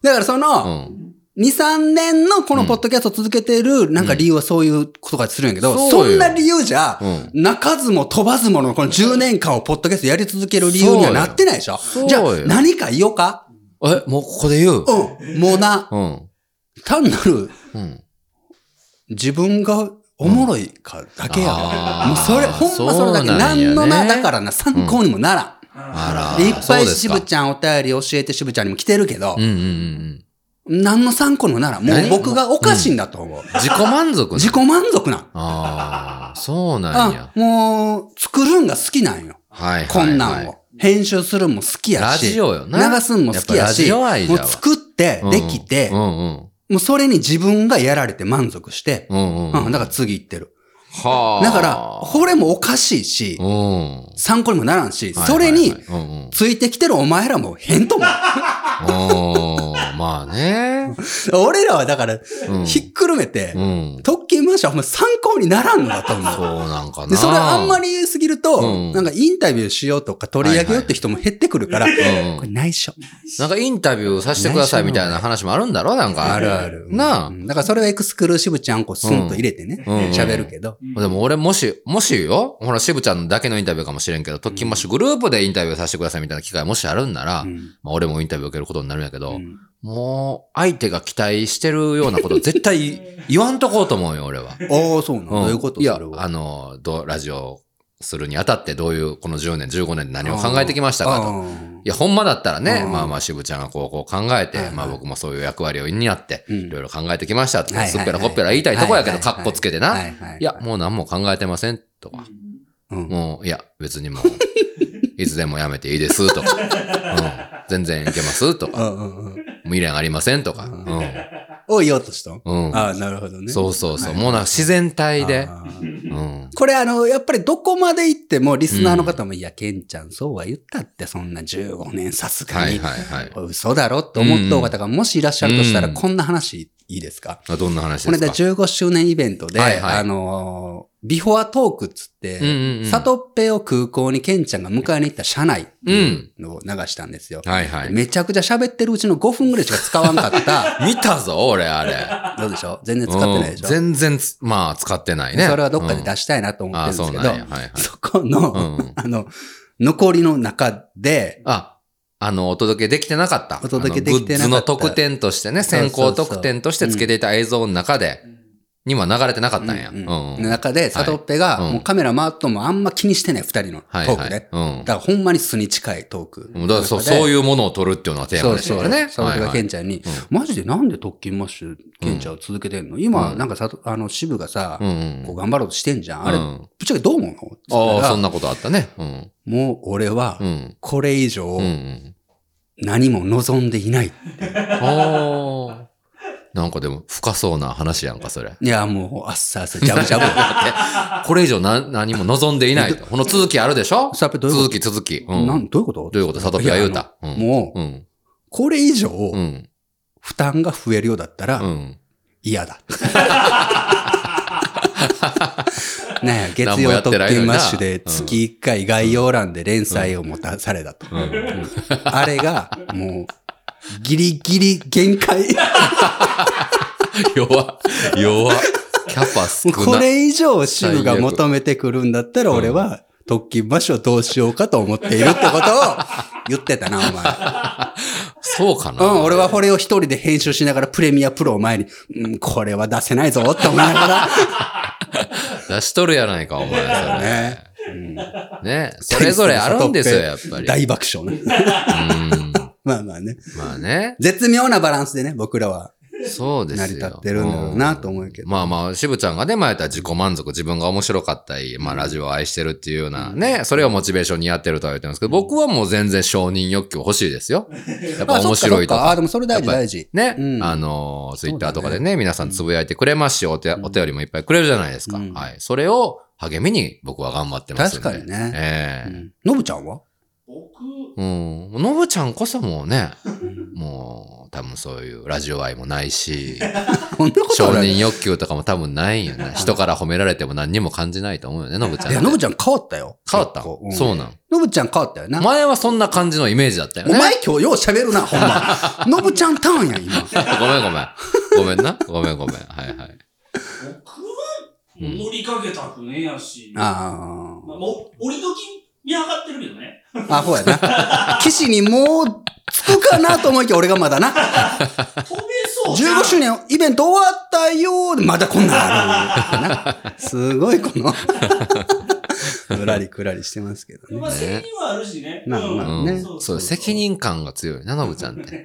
S1: だからその、
S2: うん。うん。
S1: 二三年のこのポッドキャストを続けている、なんか理由はそういうことがするんやけど、
S2: うん
S1: そんな理由じゃ、
S2: うん
S1: 泣かずも飛ばずものこの10年間をポッドキャストやり続ける理由にはなってないでしょ
S2: そうよ
S1: じゃ
S2: そう
S1: あ
S2: よ
S1: 何か言おうか
S2: え、もうここで言う
S1: うん。もうな、
S2: うん。
S1: 単なる
S2: うん。
S1: 自分がおもろいかだけや
S2: うんあー
S1: わ。もうそれ、ほんまそれだけ。
S2: そうな
S1: なん
S2: やね
S1: んのな、だからな、参考にもならん。
S2: あら
S1: でいっぱ
S2: そ
S1: い
S2: うです
S1: し
S2: か
S1: ぶちゃんお便り教えてしぶちゃんにも来てるけど
S2: うん、うんうん。
S1: 何の参考にもならん、も
S2: 何
S1: う僕がおかしいんだと思う。
S2: 自己満足
S1: 自
S2: ね。
S1: 己満足なん。
S2: ああ、そうなんや
S1: あ。、もう、作るんが好きなんよ。
S2: はいはい、はい。
S1: こんなんを。編集するんも好きや
S2: ラ
S1: し。
S2: ジオよな。
S1: 流すんも好きやし。
S2: やっぱラジオ愛じ
S1: もう
S2: ゃわ
S1: 作って、できて、
S2: うんうん。
S1: もうそれに自分がやられて満足して、
S2: うんうん。
S1: うん、だ
S2: か
S1: から次行ってる。
S2: ら、はあ。
S1: だから、これもおかしいし
S2: うん、はいはいはい。
S1: 参考にもならんし、それに、
S2: うんうん、
S1: ついてきてるお前らも変と思
S2: おーまあ ね。
S1: う。俺らはだから、
S2: うん
S1: ひっくるめて、
S2: うん。
S1: 特権マンションはほんま参考にならんのだと
S2: そう
S1: 思う。
S2: なんかな。
S1: で、それあんま
S2: り。
S1: り言いすぎると、
S2: うん
S1: なんかインタビューしようとか取り上げようって人も減ってくるから、
S2: うん
S1: これ内緒。
S2: なんかインタビューさせてくださいみたいな話もあるんだろなんか。
S1: あるある。
S2: なあ
S1: う。んだからそれをエクスクルーシブちゃんをこうスンと入れてね、
S2: うんうん
S1: 喋るけど。
S2: でも俺もし、もしよ、ほら、渋ちゃんだけのインタビューかもしれんけど、特勤マッシュグループでインタビューさせてくださいみたいな機会もしあるんなら、
S1: うん
S2: まあ俺もインタビュー受けることになるんやけど、
S1: うん
S2: もう、相手が期待してるよ うなこと絶対言わんとこうと思うよ、俺は。
S1: ああ、そうなの。どういうこと
S2: いや
S1: それ、は
S2: あの、どうラジオするにあたってどういう、この10年、15年で何を考えてきましたかと。
S1: あ
S2: いや、ほんまだったらね、
S1: うん
S2: まあまあ、渋ちゃんがこう、こう考え
S1: はいは
S2: て、
S1: い
S2: まあ僕もそういう役割を担って、
S1: うん
S2: いろいろ考えてきましたって
S1: はい、はい
S2: す
S1: はい
S2: っぺらこっぺら言いたいとこやけ
S1: は
S2: ど、
S1: いはいはい
S2: カッコつけて
S1: あ
S2: な。
S1: はいはい。
S2: いや、もう何も考えてません、とか。
S1: うん、
S2: もう、いや、別にもう、いつでもやめていいです、とか。うん、全然いけます、と
S1: う
S2: か。
S1: んうんうん。
S2: 未練ありません、とか。
S1: う
S2: う
S1: を言おうとしたの
S2: ん。うん。
S1: ああ、なるほどね。
S2: そうそうそう。もうなんか自然体で。
S1: ああ
S2: うん。
S1: これあの、やっぱりどこまで行っても、リスナーの方も、いや、ケンちゃん、そうは言ったって、そんな15年さすが
S2: は
S1: に。
S2: いはいはい。
S1: 嘘だろって思ったお方がもしいらっしゃるとしたら、
S2: うん
S1: こんな話いいですか、
S2: あどんな話
S1: こ
S2: で
S1: の
S2: す
S1: 間
S2: か
S1: 15周年イベントで、
S2: はいはい
S1: あのービフォアトークっつって、
S2: うんうんうん
S1: サトッペを空港にケンちゃんが迎えに行った車内っていうのを流したんですよ。
S2: はいはい。
S1: めちゃくちゃ喋ってるうちの5分ぐらいしか使わんか った。
S2: 見たぞ、俺、あれ。
S1: どうでしょう全然使ってないでしょ、
S2: うん全然つ、まあ、使ってないね。
S1: それはどっかで
S2: し
S1: 出したいなと思って
S2: あ
S1: る
S2: あ、
S1: んで
S2: そ
S1: す
S2: う
S1: け
S2: な
S1: ど、
S2: ん
S1: そ
S2: や。はいはい。
S1: この、
S2: うん
S1: あの、残りの中で、
S2: あ、あの、お届けできてなかった。
S1: お届けできてなかった
S2: あのグッズの特典としてね、先行特典としてつけていた映像の中で、には流れてなかったんや。
S1: う
S2: うんん。
S1: の中で、サトッペが、
S2: はいうん
S1: もうカメラ回ってもあんま気にしてない2人のト
S2: はい
S1: ー
S2: は
S1: ク
S2: い。
S1: ね。
S2: うん。
S1: だからほんまに素に近いトーク。
S2: もうだからそう、そう
S1: う
S2: いうものを撮るっていうのはテー
S1: そ
S2: マ
S1: う
S2: でした
S1: そ
S2: か
S1: う
S2: らね。
S1: それがケンちゃんに、マジでなんで特勤マッシュ、ケンちゃんを続けてんの今、
S2: うん
S1: なんかさと、あの、支部がさ、
S2: うんうん
S1: こう頑張ろうとしてんじゃん。あれ、
S2: う
S1: ぶ
S2: ん
S1: っちゃけどう思うのって言っ
S2: あ
S1: た
S2: あ、
S1: ら
S2: そんなことあったね。うん。
S1: もう俺は
S2: う、ん。
S1: これ以上
S2: うんう、ん。
S1: 何も望んでいない。
S2: おーなんかでも深そうな話やんか、それ。
S1: いや、もう、あっさあっさ、ジャブ ジャブ。
S2: これ以上な何も望んでいないと。この続きあるでしょ
S1: さあ、どういう
S2: 続
S1: こ
S2: き続き。う
S1: と
S2: ん。
S1: なんどういうこと
S2: どういうこと里木が言うた。う
S1: いやあの
S2: ん。
S1: もう、
S2: うん。
S1: これ以上、
S2: うん。
S1: 負担が増えるようだったら
S2: う、ん。
S1: 嫌だ。ねえ、月
S2: 何もや
S1: 曜
S2: って
S1: 特
S2: ないの
S1: 典
S2: にな
S1: マッシュで月1回概要欄で連載を持たされたと。
S2: うん。
S1: あれが、もう、ギリギリ限界。
S2: 弱。弱。キャパ少
S1: もう
S2: な。
S1: これ以上支部が求めてくるんだったら俺は特勤場所をどうしようかと思っているってことを言ってたな、お前。
S2: そうかな。
S1: うん、俺はこれを一人で編集しながらプレミアプロを前に、うん、これは出せないぞって思いながら。
S2: 出しとるやないか、お前。そ れ
S1: ね
S2: ね。それぞれあるんですよ、やっぱり。
S1: 大爆笑ね。
S2: うん。
S1: まあまあね。
S2: まあね。
S1: 絶妙なバランスでね、僕らは。
S2: そうですよ。
S1: 成り立ってるんだろうなと思うけど
S2: んまあまあ、渋ちゃんがね、前言った自己満足、自分が面白かったり、まあラジオを愛してるっていうようなね、それをモチベーションにやってるとは言ってますけど、僕はもう全然承認欲求欲しいで すよ。やっぱ面白いと
S1: あそっかそっか、あ
S2: か。
S1: でもそれ大事
S2: やっぱ
S1: 大事。
S2: ね、
S1: うん
S2: あのー、ツイッターとかで
S1: そう
S2: ね、皆さんつぶやいてくれますし、お手お便りもいっぱいくれるじゃないですか。
S1: うん
S2: はい。それを励みに僕は頑張ってますんで。
S1: 確かにね
S2: え
S1: う
S2: え
S1: んのぶちゃんは
S3: 僕、
S2: うん。のぶちゃんこそもうね、もう、多分そういうラジオ愛もないし、
S1: こんなこと
S2: 承
S1: はない。
S2: 認
S1: い
S2: 欲求とかも多分ないんよ ね。人から褒められても何にも感じないと思うよね、のぶちゃん。
S1: や、のぶちゃん変わったよ。
S2: 変わった
S1: 結構
S2: んそうなん。
S1: のぶちゃん変わったよな。
S2: 前はそんな感じのイメージだったよ
S1: お
S2: ね。
S1: 前今日よう喋るな、ほん ま。のぶちゃんターンやん、今。
S2: ごめんごめん。ごめんな。ごめんごめん。はいはい。
S3: 僕は乗りかけたくねえやし。まあ、
S1: あ
S3: もう、俺時見上がってるけど ね。
S1: あ。あ、ほや な。岸にもう、つくかなと思いきや俺がまだな。
S3: 飛べそうじゃん。
S1: 15周年イベント終わ ったよーまだこんなんある。なすごい、この。くらりくらりしてますけどね。
S3: まあ、責任はあるしね。
S1: まあまあ
S2: うん
S1: ね
S2: そう責任感が強いな、ノブちゃんって。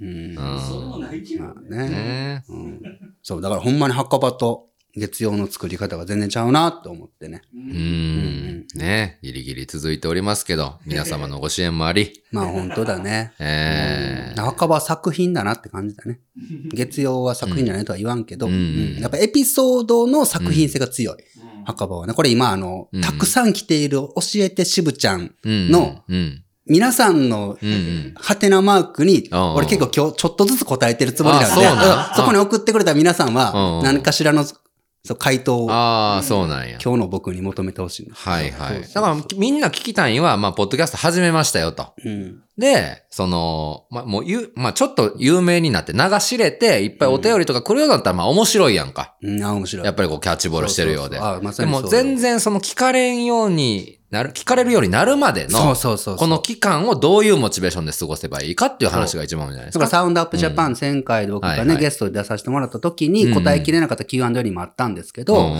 S1: うん。
S2: うん
S3: そうもないけど
S1: まあ
S3: ね。
S1: ね。
S2: ね
S1: うんそう、だからほんまに墓場と月曜の作り方が全然ちゃうなと思ってね。
S3: う
S2: うんん。ねギリギリ続いておりますけど、皆様のご支援もあり、
S1: まあ本当だね。
S2: えー
S1: 墓場は作品だなって感じだね。月曜は作品じゃないとは言わんけど、
S2: うん
S1: うんやっぱエピソードの作品性が強い。墓場はね。これ今あの
S2: う、ん
S1: たくさん来ている教えてしぶちゃん、
S2: うん
S1: の、
S2: うん。
S1: 皆さんの
S2: うんうん。
S1: ハテナマークに、
S2: ああ
S1: 俺結構今日ちょっとずつ答えてるつもりなんで、
S2: あそうなん
S1: うんそこに送ってくれた皆さん
S2: あ
S1: は
S2: あ、
S1: 何かしらのそう回答を今
S2: ああ、そうなんや。
S1: 日の僕に求めてほしいんです
S2: はいはい。
S1: そ
S2: だ
S1: う
S2: から、みんな聞きたいんは、まあ、ポッドキャスト始めましたよと。
S1: うん。
S2: で、その、まあ、もう、ゆ、まあ、ちょっと有名になって流し入れて、いっぱいお便りとか来るようだったら、まあ、面白いやんか。
S1: うん、あ、面白い。
S2: やっぱりこう、キャッチボールしてるようで。
S1: そうそうそうあまさ
S2: で
S1: に
S2: も、
S1: そうだ
S2: 全然その聞かれんようになる、聞かれるようになるまで
S1: そう
S2: の、
S1: そうそうそう。
S2: この期間をどういうモチベーションで過ごせばいいかっていう話が一番多いんじゃな
S1: だ
S2: いです
S1: から
S2: か。
S1: サウンドアップジャパン前回で僕
S2: は
S1: が
S2: いは
S1: ね、
S2: い
S1: ゲストで出させてもらった時に答えきれなかった Q&A にもあったんですけど、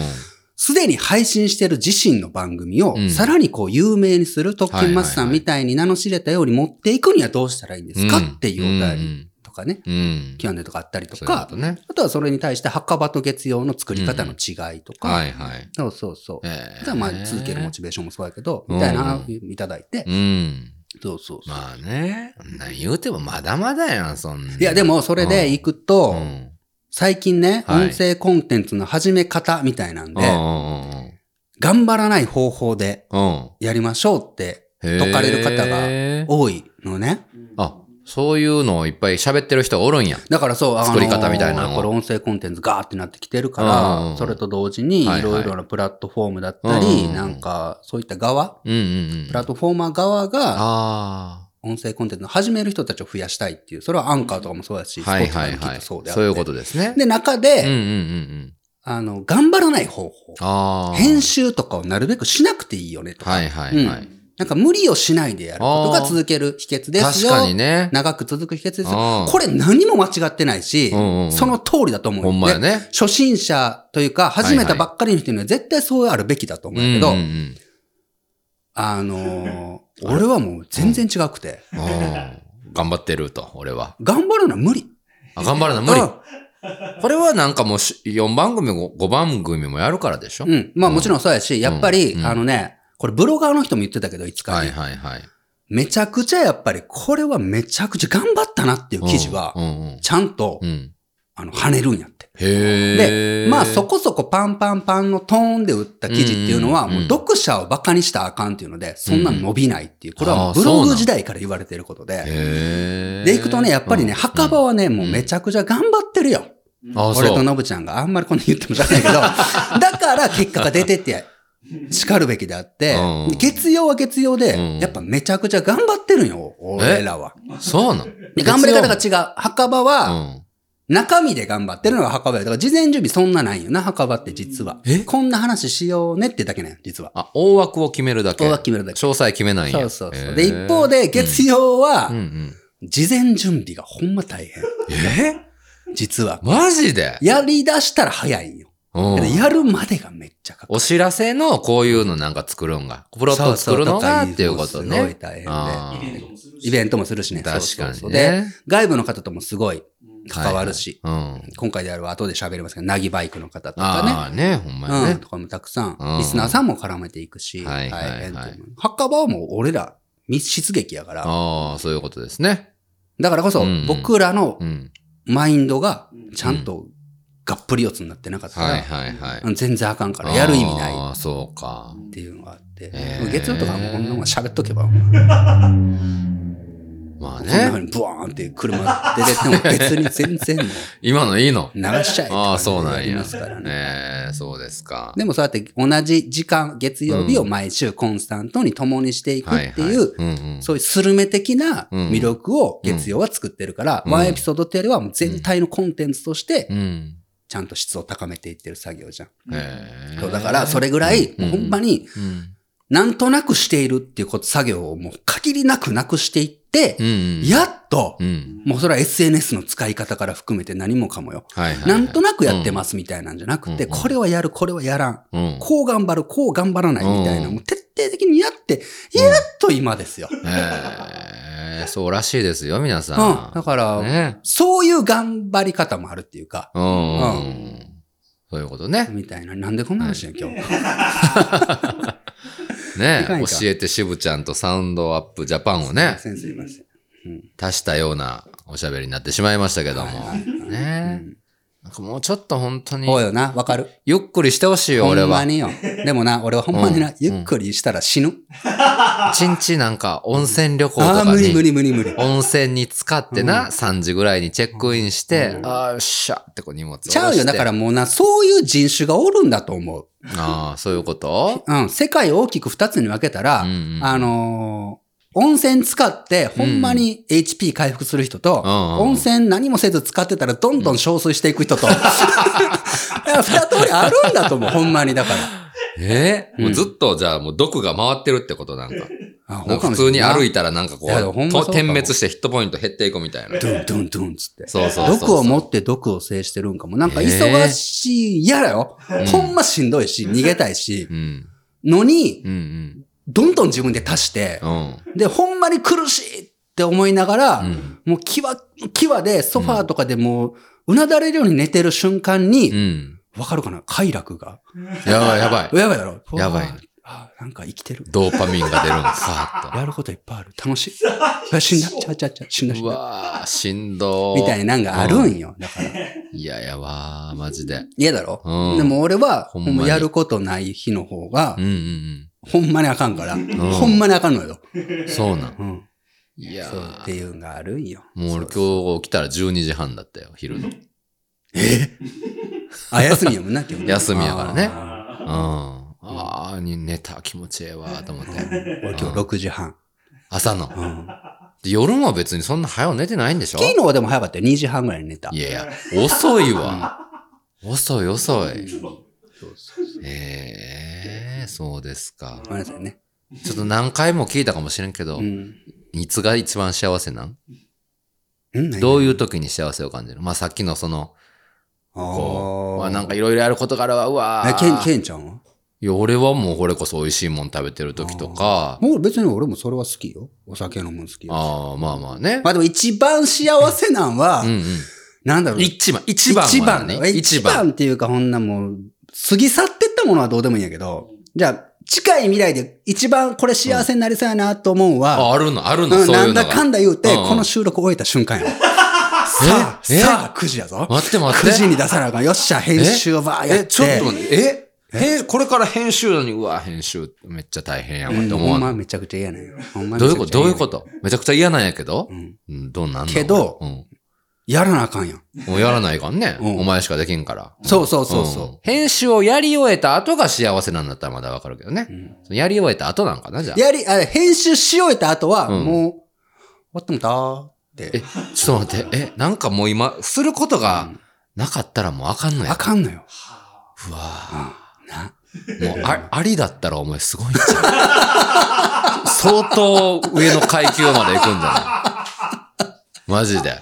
S1: すでに配信してる自身の番組を
S2: うん
S1: さらにこう有名にする特訓マスさんみたいに名の知れたように持っていくにはどうしたらいいんですかっていうお便り
S2: り。
S1: とかね、
S2: うんうん。
S1: Q&A とかあったりと
S2: そういうこ
S1: か
S2: と、ね。
S1: あとはそれに対して墓場と月曜の作り方の違いとか、
S2: はいはい。
S1: そうそうそう。
S2: え
S1: じゃあまあ続けるモ
S2: ち
S1: チベーションもそうやけど、
S2: うん
S1: みたいな、いただいて、
S2: うん。
S1: そうそうそう。
S2: まあね。何言うてもまだまだやん、そんな。
S1: いやでもそれで行くと、
S2: うん、うん。
S1: 最近ね、
S2: はい
S1: 音声コンテンツの始め方みたいなんで、
S2: ね、
S1: 頑張らない方法で
S2: うんうんうん。
S1: やりましょうって
S2: うん。
S1: 解かれる方が
S2: へー
S1: 多いのね。
S2: あ、そういうのをいっぱい喋ってる人がおるんや。
S1: だからそう、あの
S2: 作り方みたいなのを
S1: やっぱり音声コンテンツガーってなってきてるか
S2: うんうんう
S1: ら、
S2: ん
S1: それと同時に、い
S2: はいは
S1: ろ
S2: い
S1: いろなプラットフォームだったり、
S2: うんうん
S1: なんか、そういった側、
S2: うんうんうん。
S1: プラットフォーマー側が、
S2: あ
S1: 音声コンテンツを始める人たちを増やしたいっていう、それはアンカーとかもそうだし、
S2: あ。
S1: スポー
S2: はい
S1: ツと
S2: は
S1: か
S2: い
S1: もきっ
S2: はい。
S1: とそ
S2: そう
S1: であって。
S2: ういうことですね。
S1: で、中
S2: うんうん
S1: で、
S2: うんうん。
S1: あの、頑張らない方法。
S2: ああ。
S1: 編集とかをなるべくしなくていいよねとか。
S2: はいはいは
S1: う
S2: い。
S1: なんか無理をしないでやることが続ける秘訣です
S2: 確
S1: よ。
S2: かにね。
S1: 長く続く秘訣ですよ。
S2: あー
S1: これ何も間違ってないし、
S2: うんうんうん
S1: その通りだと思う。
S2: ほんまや
S1: で
S2: ね。
S1: 初心者というか、始めたばっかりの人には絶対そうあるべきだと思うんやけど、
S2: うんうん
S1: あのー俺はもう全然違くて、
S2: うんあー頑張ってると、俺は。
S1: 頑張るのは無理。
S2: あ頑張るな、無理
S1: う。ん
S2: これはなんかもう4番組も5番組もやるからでしょ
S1: うん。まあもちろんそうやし、やっぱり、
S2: うん
S1: あのね、これブロガーの人も言ってたけど、いつかね、
S2: はいはいはい。
S1: めちゃくちゃやっぱり、これはめちゃくちゃ頑張ったなっていう記事は
S2: う、んうん
S1: ちゃんと、
S2: うん。うん
S1: あの、跳ねるんやって。
S2: へ
S1: で
S2: え。、
S1: まあそこそこパンパンパンのトーンで打った記事っていうのは、
S2: うんうん
S1: もう読者をバカにしたらあかんっていうので、そんなん伸びないっていう、これはもう
S2: あー
S1: ブ
S2: そう
S1: ロ
S2: な
S1: グ
S2: ん
S1: 時代から言われてることで。
S2: へー
S1: で、いくとね、やっぱりね、墓場はね、もうめちゃくちゃ頑張ってるよ。
S2: うんあ、
S1: 俺
S2: そ
S1: と
S2: う。
S1: ノブちゃんがあんまりこんな言ってもしゃあない けど、だから結果が出てって、叱るべきであって
S2: うん、
S1: 月曜は月曜
S2: うん
S1: で、やっぱめちゃくちゃ頑張ってるんよ、俺らは。
S2: そうなん
S1: で頑張り方が違う。墓場は、
S2: うん。
S1: 中身で頑張ってるのが墓場や。だから事前準備そんなないよな、墓場って実は
S2: え。
S1: こんな話しようねってだけね、実は。
S2: あ、大枠を決めるだけ。
S1: 大枠決めるだけ。
S2: 詳細決めないんや。
S1: そうそう
S2: へ
S1: そ
S2: ー
S1: う。で、一方で月曜は
S2: うんう、ん。
S1: 事前準備がほんま大変。
S2: え
S1: 実は。
S2: マジで
S1: やり出したら早いんよ。
S2: うん
S1: けどやるまでがめっちゃかかる。
S2: お知らせのこういうのなんか作るんが。プロット作るのが
S1: そ
S2: っていうこと
S1: すごい
S2: ね。
S1: 大変
S2: あ
S3: イベン
S2: ー
S3: トもするし
S1: で。イベントもするしね。
S2: 確か
S1: そうそ
S2: に
S1: うそうで、
S2: ね。
S1: 外部の方ともすごい
S3: うん
S1: 関わるし、
S2: はいはい。うん。
S1: 今回であれば後で喋りますけど、なぎバイクの方とかね。
S2: ああ、ね、ほんまや
S1: うん、
S2: ね。
S1: とかもたくさん、
S2: うん
S1: リスナーさんも絡めていくし、
S2: はいはいはい
S1: 大変と思う墓場はもう俺ら密室劇やから、
S2: ああ、そういうことですね。
S1: だからこそ
S2: うんうん
S1: 僕らの
S2: うん。
S1: マインドがちゃんとがっぷり四つになってなかったら、
S2: はいはいはい。
S1: 全然あかんから、やる意味ない
S2: あ
S1: っ
S2: あ、そうか。
S1: ていうのがあって、
S2: へー
S1: 月曜とかはもうこんなもん喋っとけば、こんな風に
S2: まあね。
S1: ブワーンって車出てっても別に全然もう
S2: 今のいいの。
S1: 流しちゃえって
S2: あ
S1: 感
S2: あ、
S1: じで
S2: そうな
S1: や
S2: ん
S1: り
S2: や。
S1: ますからね。
S2: ええそうですか。
S1: でもそうやって同じ時間、月曜日を毎週コンスタントに共にしていくっていう、
S2: うんうん。
S1: そういうスルメ的な
S2: うん
S1: 魅力を月曜は作ってるから、
S2: うん
S1: ワンエピソードっていうよりはもう全体のコンテンツとして
S2: う、ん。
S1: ちゃんと質を高めていってる作業じゃん。
S2: ええ
S1: そうだから、それぐらい、
S2: うん
S1: ほんまに、
S2: うん。
S1: なんとなくしているっていうこと、作業をもう限りなくなくしていって
S2: う、ん。
S1: やっと
S2: う、ん。
S1: もうそれは SNS の使い方から含めて何もかもよ。
S2: はいはい。
S1: なんと
S2: な
S1: なくやってますみたいなんじゃなくて、
S2: うん
S1: これはやる、これはやらん。
S2: く、うん。
S1: こう頑張る、こう頑張らないみたいな、
S2: うん
S1: もう徹徹底的にやって、やっと今ですよ。
S2: ええそうらしいですよ、皆さん。
S1: うん。だから、
S2: ね。
S1: そういう頑張り方もあるっていうか、
S2: うん。
S1: う
S2: そういうことね。
S1: みたいな。なんでこんな話やん、今日。
S2: ね
S1: いかんいかん
S2: 教えて渋ちゃんとサウンドアップジャパンをね、
S1: すいません、すいません。うん
S2: 足したようなおしゃべりになってしまいましたけども。ね
S1: うん
S2: なんかもうちょっと本当に、
S1: そうよな、わかる。
S2: ゆっくりしてほしいよ、
S1: ほ
S2: 俺
S1: ん
S2: は
S1: ま。によ。でもな、俺はほんまに
S2: う、
S1: なんゆっくりしたら死ぬ。
S2: 一日なんか温泉旅行と
S1: ああ、
S2: か
S1: 無理無
S2: に、
S1: 理無理無理。
S2: 温泉に使ってな、
S1: うん
S2: 3時ぐらいにチェックインして
S1: う、ん
S2: ああ、よっしゃってこう荷物を。
S1: ちゃうよ。だから。もうな、そういう人種がおるんだと思う。
S2: ああ、そういうこと
S1: うん。世界を大きく二つに分けたら、
S2: うんうん
S1: あのー温泉使って、ほんまに HP 回復する人と、
S2: うんうん
S1: 温泉何もせず使ってたらどんどん憔悴していく人と、 だから二通りあるんだと思う、ほんまに。だから。
S2: え
S1: うん
S2: もうずっとじゃあもう毒が回ってるってことなんか。
S1: あ
S2: なんか普通に歩
S1: い
S2: いたらなんかこ
S1: いやほ
S2: う、
S1: んまそう
S2: と
S1: かも
S2: 点滅してヒットポイント減っていくみたいな。
S1: ドゥンドゥンドゥンつって。
S2: そうそうそうそう。
S1: 毒を持って毒を制してるんかも。なんか忙しい、嫌だよ
S2: ん。
S1: ほんましんどいし、逃げたいし
S2: う、ん。
S1: のに、
S2: うんうん。
S1: どんどん自分で足して
S2: う、ん。
S1: で、ほんまに苦しいって思いながら、
S2: うん
S1: もう際、際でソファーとかでもう、うなだれるように寝てる瞬間
S2: う
S1: に、
S2: ん。
S1: わかるかな快楽が。
S2: やばいやばい。
S1: やばいだろ
S2: やば
S1: ふ
S2: い。
S1: わーあーなんか生きてる。
S2: ドーパミンが出るんです。さーっと。
S1: やることいっぱいある。楽しい。うわ死んだ。ちゃうちゃうちゃう。死んだ死
S2: うん
S1: だ。
S2: わー、しんどー。
S1: みたいなんがあるんよ。だから。
S2: いや、やばー、マジで。
S1: 嫌だろ
S2: うん
S1: でも俺は、
S2: ほ
S1: ほ
S2: んまに
S1: んまやることない日の方が
S2: うん、うん
S1: ほんまにあかんから、ほんまにあかんのよ。
S2: うん。そうなん。
S1: うん。
S2: いや
S1: そうって
S2: ー。
S1: いうのがあるんよ。
S2: もう俺
S1: そう
S2: 今日起きたら12時半だったよ、昼の。
S1: あ、休みやもんな、今日。
S2: 休みやからね
S1: あ
S2: うん。あー、に寝た気持ちええわーと思っ
S1: ー
S2: て。
S1: 俺今日6時半。
S2: 朝の。
S1: うん
S2: で夜も別にそんな早う寝てないんでしょ
S1: 昨日はでも早かったよ。2時半ぐらいに寝た。
S2: いやいや、遅いわ。遅い遅い。ええそうですか。
S1: ごめんなさいね。
S2: ちょっと何回も聞いたかもしれんけど、
S1: うん。
S2: いつが一番幸せなん
S1: うん
S2: どう
S1: う
S2: いう時に幸せを感じるまあさっきのその、こう、
S1: あ
S2: わ
S1: あ。
S2: なんかいろいろやることがあるわ、うわ
S1: え、
S2: ー
S1: ケン、ケンちゃんはい
S2: や、俺はもうこれこそ美味しいもん食べてる時とか、
S1: もう別に俺もそれは好きよ。お酒飲むの好きよ。
S2: ああ、まあまあね
S1: ま。あでも一番幸せなんは
S2: うん、
S1: なんだろ
S2: う。。
S1: うん
S2: 一番、一番は
S1: 一番
S2: 何
S1: だよ一番っていうか、ほんなもう、過ぎ去ってったものはどうでもいいんやけど、じゃあ、近い未来で一番これ幸せになりそうやなと思うは、
S2: あ、あるの、あるの、
S1: うん
S2: そうい
S1: な
S2: うんの
S1: だ
S2: が
S1: か。んだ言うて、
S2: うんうん
S1: この収録終えた瞬間や。さあ、
S2: え
S1: さあ、9時やぞ。
S2: 待って待って。
S1: 9時に出さなあかん。よっしゃ、編集ばーやって。
S2: え、ちょっと待って、えへんこれから編集なのに、うわ、編集めっちゃ大変やわって
S1: うん
S2: 思
S1: ほ
S2: わ
S1: ん
S2: な
S1: ま
S2: い、
S1: めちゃくちゃ嫌なんよ。ほんま
S2: どういうことどういうこととめちゃくちゃ嫌なんやけど、
S1: ん
S2: うん、どうなんの
S1: けど
S2: うん、
S1: やらなあかんやん。
S2: もうやらないかんね、
S1: うん
S2: お前しかできんから。
S1: そうそうそう
S2: うん
S1: そ
S2: 編集をやり終えた後が幸せなんだったらまだわかるけどね
S1: う。う。ん
S2: やり終えた後なんかな、じゃあ。
S1: やり、あ編集し終えた後は、
S2: うん
S1: もう、終わってもたーっ
S2: え
S1: て。、
S2: ちょっと待って、え、なんかもう今、すること
S1: う
S2: が
S1: ん
S2: なかったらもうあかんの
S1: あ
S2: や。
S1: かんのよ。
S2: うわ
S1: な。
S2: ぁもうあ、ありだったらお前すごいんじゃん。 相当上の階級まで行くんじゃないマジで。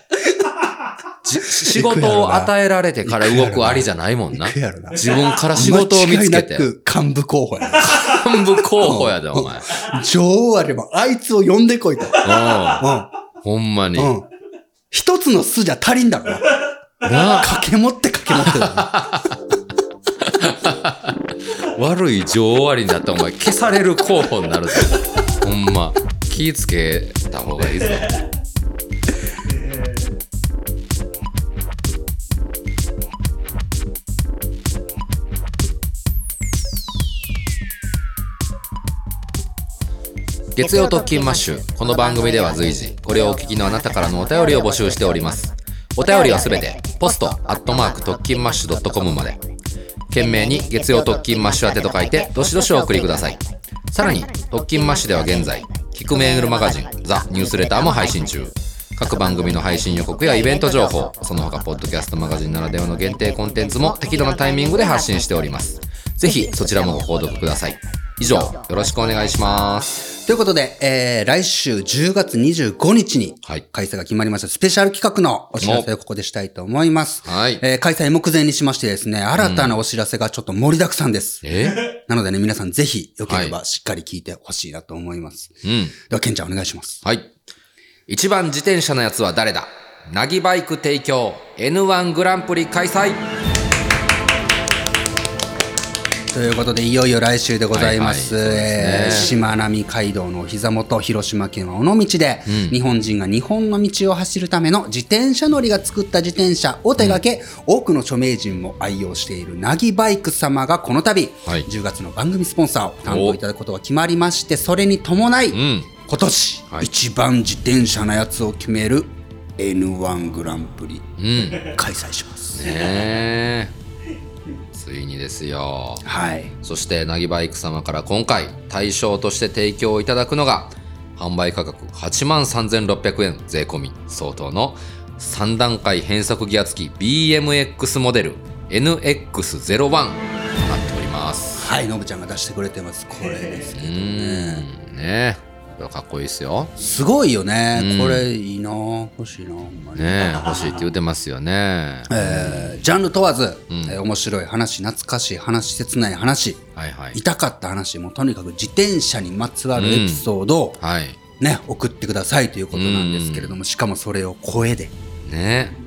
S2: じ仕事を与えられてから動くありじゃないもんな。
S1: やろな。
S2: 自分から仕事を見つけて
S1: 間違。いなく幹部候補やな。
S2: 幹 部候補やで、お前。
S1: 女王あれば、あいつを呼んでこいと。
S2: うん。ほんまに
S1: う。ん。うん。一つの巣じゃ足りんだろな。
S2: な
S1: 掛け持って掛け持ってだな。
S2: 悪い女王ありになったらお前消される候補になるぞ。ほんま。気ぃつけた方がいいぞ。月曜特勤マッシュこの番組では随時これをお聞きのあなたからのお便りを募集しておりますお便りはすべてポストアットマーク特勤マッシュ .com まで懸命に月曜特勤マッシュ宛てと書いてどしどしお送りくださいさらに特勤マッシュでは現在聞くメールマガジンザニュースレターも配信中各番組の配信予告やイベント情報その他ポッドキャストマガジンならではの限定コンテンツも適度なタイミングで発信しておりますぜひそちらもご購読ください以上よろしくお願いします
S1: ということで、えー、来週10月25日に
S2: はい。
S1: 開催が決まりましたスペシャル企画のお知らせをここでしたいと思います。
S2: はい。
S1: えー開催目前にしましてですね、新たなお知らせがちょっと盛りだくさんです。
S2: え
S1: なのでね、皆さんぜひ、よけれ
S2: は
S1: ばしっかり聞いてほしいなと思います。
S2: うん。
S1: では、ケンちゃんお願いします。
S2: はい。一番自転車のやつは誰だなぎバイク提供 N1 グランプリ開催
S1: ということで、いよいよ来週でございます。
S2: はいはいそうですね
S1: えーしまなみ海道のお膝元、広島県は尾道で、日本人が日本の道を走るための自転車乗りが作った自転車を手掛け、多くの著名人も愛用しているなぎバイク様がこの度、
S2: はい
S1: 10月の番組スポンサーを担当いただくことが決まりまして、それに伴い、
S2: うん。
S1: 今年、
S2: はい
S1: 一番自転車なやつを決める N1 グランプリ
S2: うん。
S1: 開催します、
S2: ねえ。ついにですよ。
S1: はい
S2: そして、なぎバイク様から今回、対象として提供いただくのが、販売価格8万3600円税込み相当の3段階変速ギア付き BMX モデル NX01 となっております。
S1: はいのぶちゃんが出してくれてますこれです
S2: うーん、ねえ。これはかっこいいですよ。
S1: すごいよね、
S2: うん
S1: これいいな欲しいなほんまに、
S2: ねえ、欲しいって言ってますよね。
S1: えージャンル問わず、
S2: ん
S1: えー面白い話懐かしい話切ない話
S2: はいはい。
S1: 痛かった話もうとにかく自転車にまつわるエピソードを、
S2: はい。
S1: ね、送ってくださいということなんですけれども、しかもそれを声で
S2: ねえ。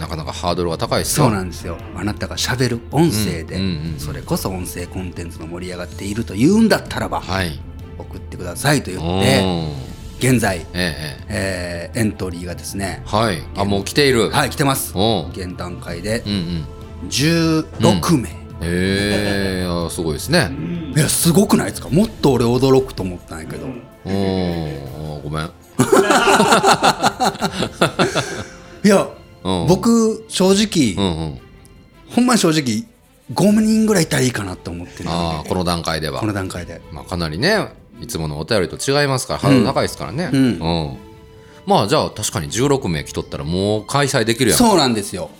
S2: なかなかハードルが高いですよ。
S1: そうなんですよあなたがしゃべる音声で、
S2: うんうんうん
S1: それこそ音声コンテンツが盛り上がっているというんだったらば、
S2: はい。
S1: 送ってくださいというこ
S2: お
S1: と
S2: ー
S1: で現在、
S2: えええ
S1: えーエントリーがですね
S2: えはい。あ、もう来ている。
S1: はい来てます
S2: おう
S1: 現段階で
S2: うんうん。
S1: 16名、
S2: へえあすごいです
S3: う
S2: ね。
S3: ん
S1: いやすごくないですかもっと俺驚くと思ったんやけど、
S2: おーごめん。
S1: いや、
S2: うん
S1: 僕正直、
S2: うんうん。
S1: ほんまに正直5人ぐらいいたらいいかなと思ってる
S2: ああこの段階では
S1: この、段階で
S2: まあ、かなりねいつものお便りと違いますからハードル高いですからね。
S1: うん
S2: うんまあじゃあ確かに16名来とったらもう開催できるやん
S1: そうなんですよ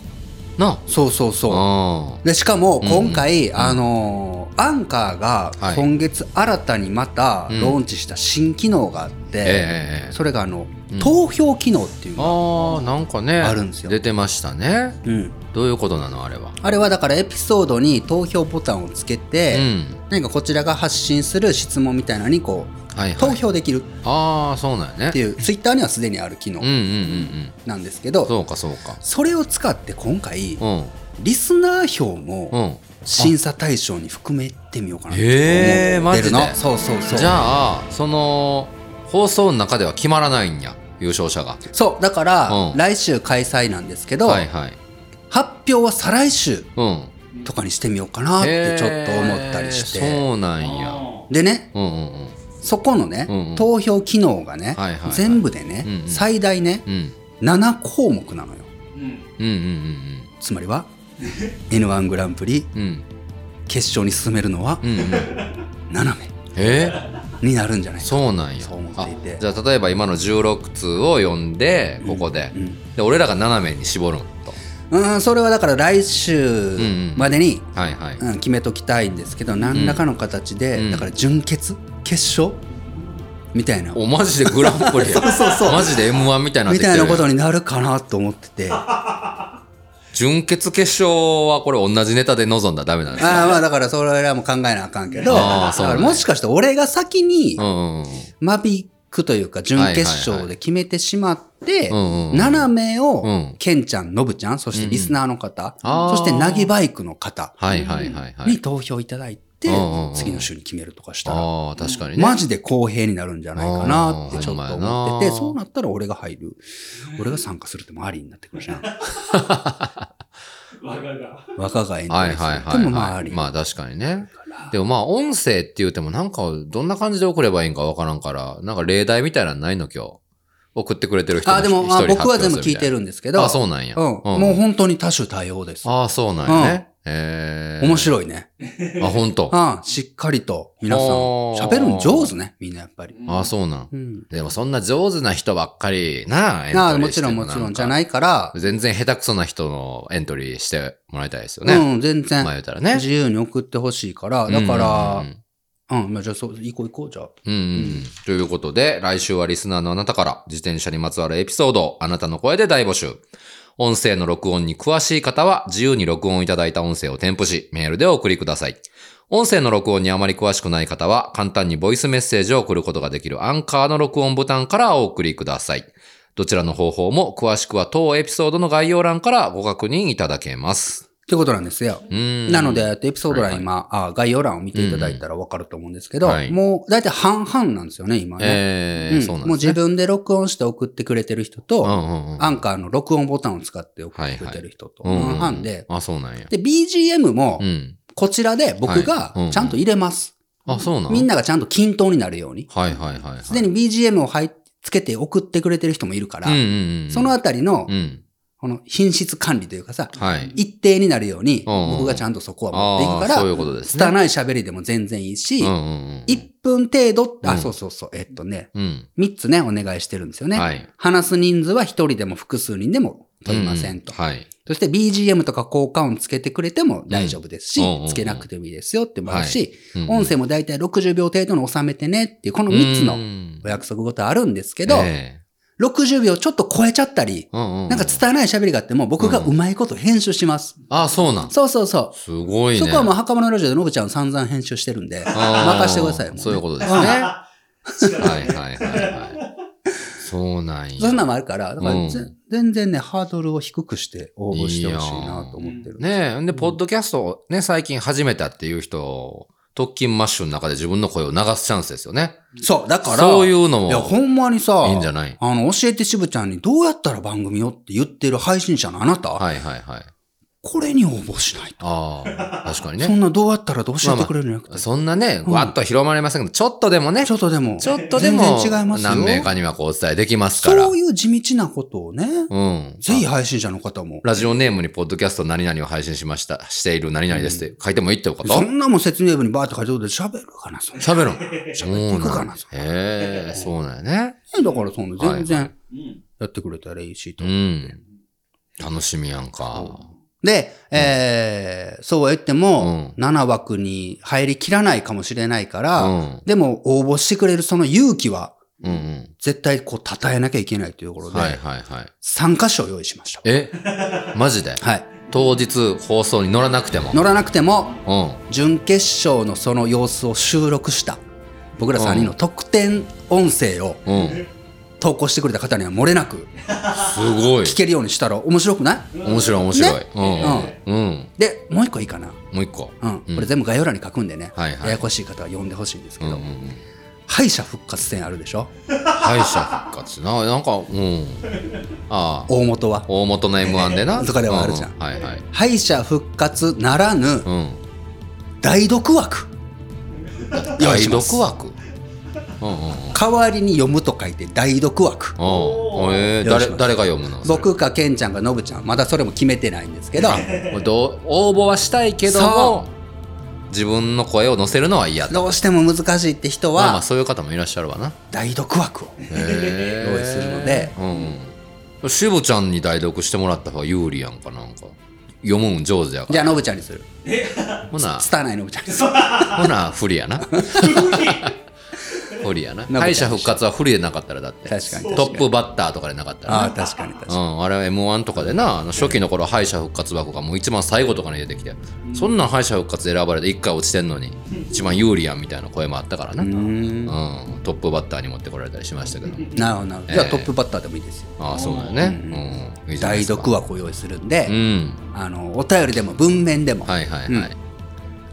S2: な
S1: そうそうそう
S2: あ
S1: でしかも今回、あのーアンカー
S2: は
S1: が
S2: い
S1: 今月新たにまた
S2: うん
S1: ローンチした新機能があっ
S2: え
S1: て、
S2: ええええ
S1: それがあの、投票機能っていう
S2: え
S1: の、
S2: ああなんかね
S1: あるんですよ
S2: 出てましたね
S1: うん、
S2: どういうことなのあれは
S1: あれはだからエピソードに投票ボタンをつけ
S2: う
S1: て、
S2: ん
S1: 何かこちらが発信する質問みたいなのにこ
S2: はいう
S1: 投
S2: はい
S1: 票できる
S2: ああそうなんや
S1: って
S2: ね
S1: いう、ツイッターにはすでにある機能
S2: うんうんうん
S1: なんですけ
S2: うん
S1: ど
S2: そうかそうか
S1: それを使って今回
S2: うん
S1: リスナー票
S2: う
S1: も
S2: ん
S1: 審査対象に含めてみようかなと思っ
S2: へーマ
S1: て
S2: ジで
S1: るの、そうそうそう
S2: じゃあその放送の中では決まらないんや優勝者が
S1: そうだから、
S2: うん
S1: 来週開催なんですけど、
S2: はいはい
S1: 発表は再来週
S2: うん
S1: とかにしてみようかなってちょっと思ったりして、
S2: へーそうなんや
S3: あ
S1: でね
S2: うんうんうん
S1: そこのね、
S2: うんうん
S1: 投票機能がね、
S2: はいはいはい
S1: 全部でね、
S2: うんうん
S1: 最大ね
S2: うん
S1: 7項目なのよ
S3: ーうん
S2: うんうん
S1: つまりは n 1グランプリ
S2: うんうんうん
S1: 決勝に進めるのは
S2: うんうん
S1: 7
S2: えー、
S1: 名になるんじゃないか
S2: そうなんや
S1: そう思っていて
S2: あじゃあ例えば今の16通を読んでここで,、
S1: うん
S2: で俺らが斜めに絞るんと
S1: うんそれはだから来週までに、
S2: はいはい、
S1: うん決めときたいんですけど何らかの形で、
S2: うん
S1: だから準決決勝みたいな
S2: おマジでグランプリや
S1: そうそう
S2: マジで m 1みたいになって
S1: み
S2: き
S1: たい
S2: てるや
S1: なんことになるかなと思って てあ
S2: 準決決勝はこれ同じネタで臨んだらダメなん
S1: あ
S2: ですね
S1: まあだからそれらも考えなあかんけど
S2: ああそうなん
S1: だ
S2: や
S1: からもしかして俺が先に
S2: うんうんうん
S1: 間引くというか準決
S2: はいはいは
S1: 勝
S2: い
S1: で決めてしまって
S2: うんうんうん
S1: 7名
S2: う
S1: を
S2: ん
S1: ケンちゃんノブちゃんそしてリスナーの方、
S2: うんあ
S1: そ
S2: ー
S1: してなぎバイクの方
S2: はいはいはいはい
S1: に投票いただいて
S2: うんうんうん
S1: 次の週に決めるとかしたら
S2: ああ、確かにね。
S1: マジで公平になるんじゃないかなってちょっと
S2: あーほんま
S1: 思
S2: や
S1: っ
S2: な
S1: てて、そうなったら俺が入る。俺が参加するってもありになってくるじゃん。
S3: 我がが
S1: 若返り
S2: はい
S1: に
S2: は
S1: 対
S2: いはい、
S1: でもまああ
S2: はい。
S1: り。
S2: まあ確かにね。でもまあ音声って言ってもなんかどんな感じで送ればいいんかわからんから、なんか例題みたいなのないの今日。送ってくれてる人
S1: あ、でも、
S2: 一人
S1: あ
S2: 発表
S1: 僕は全部聞いて
S2: すみ
S1: るんですけ
S2: たいな
S1: ど。
S2: あ、そうなんや。
S1: うん。もう
S2: う
S1: 本当に多種多様です。
S2: ああ、そうなんやね。ええ
S1: 面白いね。
S2: い。あ、本当。
S1: うん。しっかりと皆さん
S2: ほー
S1: 喋るの上手ね。みんなやっぱり。
S2: ああ、そうなん。
S1: うん。
S2: でもそんな上手な人ばっかりな、エン
S1: ああ
S2: トリ
S1: も
S2: ーして
S1: ちろんもちろんじゃ
S2: い。
S1: ないから、
S2: 全然下手くそな人のエントリーしてもらいたいですよね。
S1: うん、全
S2: まあ言
S1: 然
S2: うたらね。
S1: 自由に送ってほしいから、だか
S2: うんうん
S1: ら、
S2: うん
S1: うん、まあじゃあそう、行こう行こう、じゃあ。
S2: うんうんうん。ということで、来週はリスナーのあなたから自転車にまつわるエピソードをあなたの声で大募集。音声の録音に詳しい方は自由に録音いただいた音声を添付し、メールでお送りください。音声の録音にあまり詳しくない方は、簡単にボイスメッセージを送ることができるアンカーの録音ボタンからお送りください。どちらの方法も詳しくは当エピソードの概要欄からご確認いただけます。
S1: ってことなんですよ。
S2: うん。
S1: なので、、えっとエピソード欄今、あ概要欄を見ていただいたらわかると思うんですけど、
S2: はい
S1: もう大体半々なんですよね、今ね。
S2: え
S1: う
S2: ー
S1: ん
S2: そうなん
S1: もう
S2: です
S1: 自
S2: ね。
S1: 分で録音して送ってくれてる人と、
S2: うんうんうん。
S1: アンカーの録音ボタンを使って送ってくれてる人と、
S2: うんうんうん
S1: 半々で、
S2: あ、そうなんや。
S1: で、BGM も
S2: う、ん。
S1: こちらで僕が
S2: はいうんうん
S1: ちゃんと入れます。
S2: あ、そうなん
S1: みんながちゃんと均等になるように。
S2: はいはいはい、はい。
S1: すでに BGM をはいつけて送ってくれてる人もいるから、
S2: うんうんうん、
S1: そのあたりの
S2: う、ん。
S1: この品質管理というかさ、
S2: はい。
S1: 一定になるように、
S2: うんうんうん
S1: 僕がちゃんとそこは持ってい
S2: あ
S1: く
S2: あ
S1: か
S2: ー、そうい
S1: ら、
S2: うことですね。
S1: 拙い喋りでも全然いいし
S2: うん、うん
S1: 1分程度、
S2: う
S1: あ、
S2: ん
S1: そうそうそう、えっとね、
S2: うん。うん。
S1: 3つね、お願いしてるんですよ
S2: は
S1: ね。
S2: い。
S1: 話す人数は1人でも複数人でも問いませんと
S2: う。はい。
S1: そして BGM とか効果音つけてくれても大丈夫ですし
S2: うんうんうんう、ん
S1: つけなくてもいいですよってもあるし、
S2: うんうん
S1: 音声もだいたい60秒程度に収めてねっていう、この3つ
S2: う
S1: の
S2: ん
S1: お約束ごとあるんですけど、
S2: え
S1: 60秒ちょっと超えちゃったり
S2: え、うんうんうん
S1: なんか伝えない喋りがあっても僕がうまいこと編集します。
S2: ああ、そうなん。
S1: そうそうそう。
S2: すごいね。
S1: そこはもう袴のラジオでのぶちゃん散々編集してるんで、
S2: あー
S1: 任してくださいもんね
S2: そういうことですね。
S1: うん
S2: は
S3: 違
S2: いうはいはいはい。そうなんや。
S1: そんなんもあるから、だから
S2: うん
S1: ぜ、全然ね、ハードルを低くして応募してほしいなと思ってる。
S2: ねえ。んで、ポッドキャストをね、最近始めたっていう人、特勤マッシュの中で自分の声を流すチャンスですよね。
S1: そう、だから、
S2: そういうのも
S1: いや、ほんまにさ、
S2: いいんじゃない
S1: あの、教えてしぶちゃんにどうやったら番組をって言ってる配信者のあなた、
S2: はいはいはい。
S1: これに応募しない
S2: ああ、確かに
S1: と。
S2: ね
S1: そ。んなどうやったらと教えてくれるんじゃなくて、
S2: そんなね、
S1: うん
S2: わっと広まりませんけど、ちょっとでもね、
S1: ちょっとでも、
S2: ちょっとでも
S1: 全然違いま、すよ
S2: 何名かにはこうお伝えできますから。
S1: そういう地道なことをね、
S2: うん。
S1: ぜひ配信者の方も
S2: あ。ラジオネームにポッドキャスト何々を配信しました、している何々ですって書いてもいいってこと
S1: そんなもん説明文にバーって書いておいて喋るかな、そんな。
S2: 喋るの
S1: 喋っていくかな
S2: そうなんへえ、そうなんやね。
S1: ねだからその全
S2: は
S1: 然
S3: うん。
S1: やってくれたらいいしと。
S2: うん。楽しみやんか。
S1: で、えー、そうは言っても、7枠に入りきらないかもしれないか
S2: う
S1: ら、
S2: ん。
S1: でも応募してくれるその勇気は、
S2: うんうん。
S1: 絶対こう、称えなきゃいけないというところで、
S2: はいはいはい。
S1: 3箇所用意しました。
S2: えマジで
S1: はい。
S2: 当日放送に乗らなくても。
S1: 乗らなくても、
S2: うん。
S1: 準決勝のその様子を収録した、僕ら3人の特典音声を
S2: うん。
S1: 投稿してくれた方には漏れなく
S2: すごい
S1: 聞。けるようにしたら面白くない
S2: 面白い面白い。うん。うん。
S1: で、もう一個いいかな。
S2: もう一個。
S1: うん。これ全部概要欄に書くんでね、
S2: はいはい
S1: ややこしい方は読んでほしいんですけ
S2: うんう
S1: ど、
S2: んうん。
S1: 敗者復活戦あるでしょ
S2: 敗者復活ななんかうんああ
S1: 大元は。
S2: 大元の m 1でな
S1: とかではあるじゃん
S2: うはいはい
S1: 敗者復活ならぬ
S2: うん
S1: 代読枠。用意
S2: 代
S1: します
S2: 読枠うんうんうん
S1: 代わりに読むと書いて代読枠。
S2: うんえ
S1: 用意
S2: ー、
S1: し
S2: 誰
S1: ます
S2: 誰が読むのそれ
S1: 僕かケンちゃんかノブちゃん、まだそれも決めてないんですけど、
S2: これどう応募はしたいけども
S1: そ
S2: 自分の声を載せるのは嫌だ
S1: どうしても難しいって人
S2: まあまあ
S1: は
S2: そういう方もいらっしゃるわな
S1: 代読枠を。
S2: へ
S1: 用意するので
S2: うんうんしぼちゃんに代読してもらった方が有利やんかなんか読むん上手やか
S1: じゃ
S2: ら
S1: あノブちゃんにする。
S2: ほな
S1: スターないノブちゃんにする。
S2: ほな不利やな不利やな
S1: か
S2: 敗者復活は不利でなかったらだって
S1: 確かに確か
S2: ト
S1: に
S2: ップバッターとかでなかった
S1: あ
S2: ら
S1: あ、
S2: ね
S1: 確かに確
S2: う
S1: かに。
S2: ん、あれは m 1とかでなあの初期の頃敗者復活箱がもう一番最後とかに出てきて、そんなん敗者復活選ばれて一回落ちてんのに一番有利やんみたいな声もあったからな、
S1: うー
S2: うん
S1: ん
S2: トップバッターに持ってこられたりしましたけど
S1: なるほどなるほど。じゃあトップバッターでもいいですよ。
S2: ああそうだよね、うんいいじゃな
S1: 代
S2: いですか
S1: 読枠を用意するん
S2: う
S1: で、
S2: ん
S1: あの、お便りでも文面でも、
S2: はいはいはい、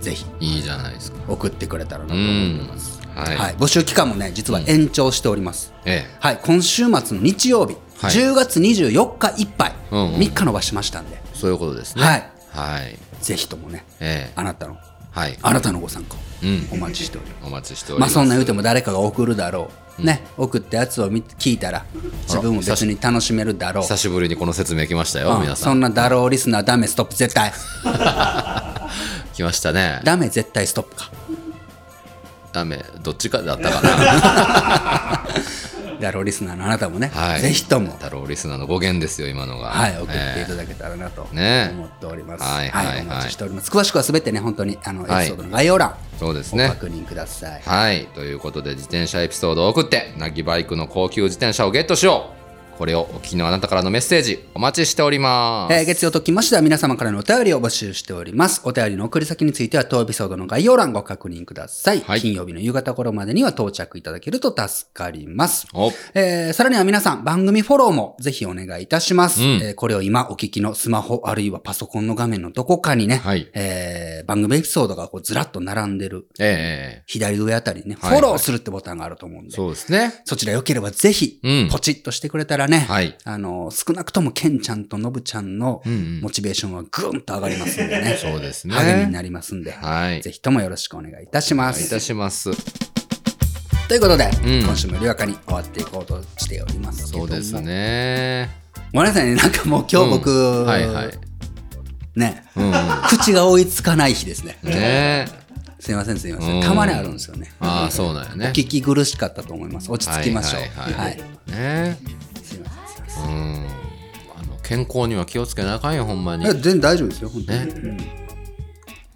S1: ぜひ
S2: いいじゃないですか
S1: 送ってくれたらなと
S2: う
S1: 思って
S2: ん
S1: ます。
S2: はい、
S1: はい、募集期間もね、実は延長しております。
S2: ええ
S1: はい、今週末の日曜日、
S2: はい
S1: 10月24日いっぱい、
S2: うんうん
S1: 3日伸ばしましたんで、
S2: そういうことですね
S1: はい、
S2: はい
S1: ぜひともね、
S2: ええ
S1: あなたの、
S2: はい
S1: あなたのご参加を
S2: うん
S1: お待ちしております。
S2: お待ちしており
S1: まあ
S2: ます
S1: そんな言うても誰かが送るだろう。ね、送ったやつを見聞いたら、自分も別に楽しめるだろう。
S2: 久しぶりにこの説明来ましたよ、
S1: うん
S2: 皆さ
S1: そ
S2: ん
S1: んなだろうリスナーダメストップ絶対。
S2: 来ましたね
S1: ダメ絶対ストップか。
S2: ダメどっちかだったかな
S1: だろうリスナーのあなたもね、
S2: はい。
S1: ぜひとも、
S2: 太郎リスナーの語源ですよ、今のが。
S1: はい、送っていた
S2: え
S1: だけたらなと思
S2: ね
S1: っております。
S2: はいはいはい
S1: お待ちしております。詳しくはすべてね、本当にあのエピ
S2: はい
S1: ソードの概要欄、
S2: えそうです
S1: ご
S2: ね。
S1: 確認ください。
S2: はい。ということで、自転車エピソードを送って、なぎバイクの高級自転車をゲットしよう。これをお聞きのあなたからのメッセージ、お待ちしております。
S1: えー月曜ときましては皆様からのお便りを募集しております。お便りの送り先については当エピソードの概要欄ご確認ください。
S2: はい
S1: 金曜日の夕方頃までには到着いただけると助かります。
S2: お
S1: えーさらには皆さん、番組フォローもぜひお願いいたします。
S2: うん
S1: えーこれを今お聞きのスマホあるいはパソコンの画面のどこかにね、
S2: はい。
S1: えー番組エピソードがこうずらっと並んでる
S2: えええ
S1: 左上あたりにね、フ
S2: はい
S1: ォ
S2: はい
S1: ローするってボタンがあると思うん
S2: え
S1: で、
S2: そうですね。
S1: そちら良ければぜひ
S2: うん、
S1: ポチッとしてくれたらね、
S2: はい。
S1: あの、少なくともケンちゃんとノブちゃんの
S2: うん、うん
S1: モ。チベーションはぐんと上がりますんでね、
S2: そうですね。
S1: 励みになりますんで、
S2: はい。
S1: ぜひともよろしくお願いいたしま
S2: お願いい
S1: す。
S2: たします。
S1: ということで、
S2: うん
S1: 今週も緩やかに終わっていこうとしておりますけど
S2: そ
S1: も
S2: うです。ね。
S1: ごめんなさいね、なんかもう今日僕、
S2: うんはいはい。
S1: ね、
S2: うんうん。
S1: 口が追いつかない日ですね。
S2: ねえ。
S1: すいません、すいませ。
S2: うんん
S1: たまにあるんですよね。
S2: ああ、そうなんや
S1: お
S2: ね。
S1: 聞き苦しかったと思います。落ち着きましょう。
S2: はい
S1: は
S2: はいいはい。ね
S1: すいません、すいま
S2: え。
S1: せ
S2: うん。あの、健康には気をつけなあかんよ、ほんまに
S1: ん。い。や、全然大丈夫ですよ、本当に。
S2: ね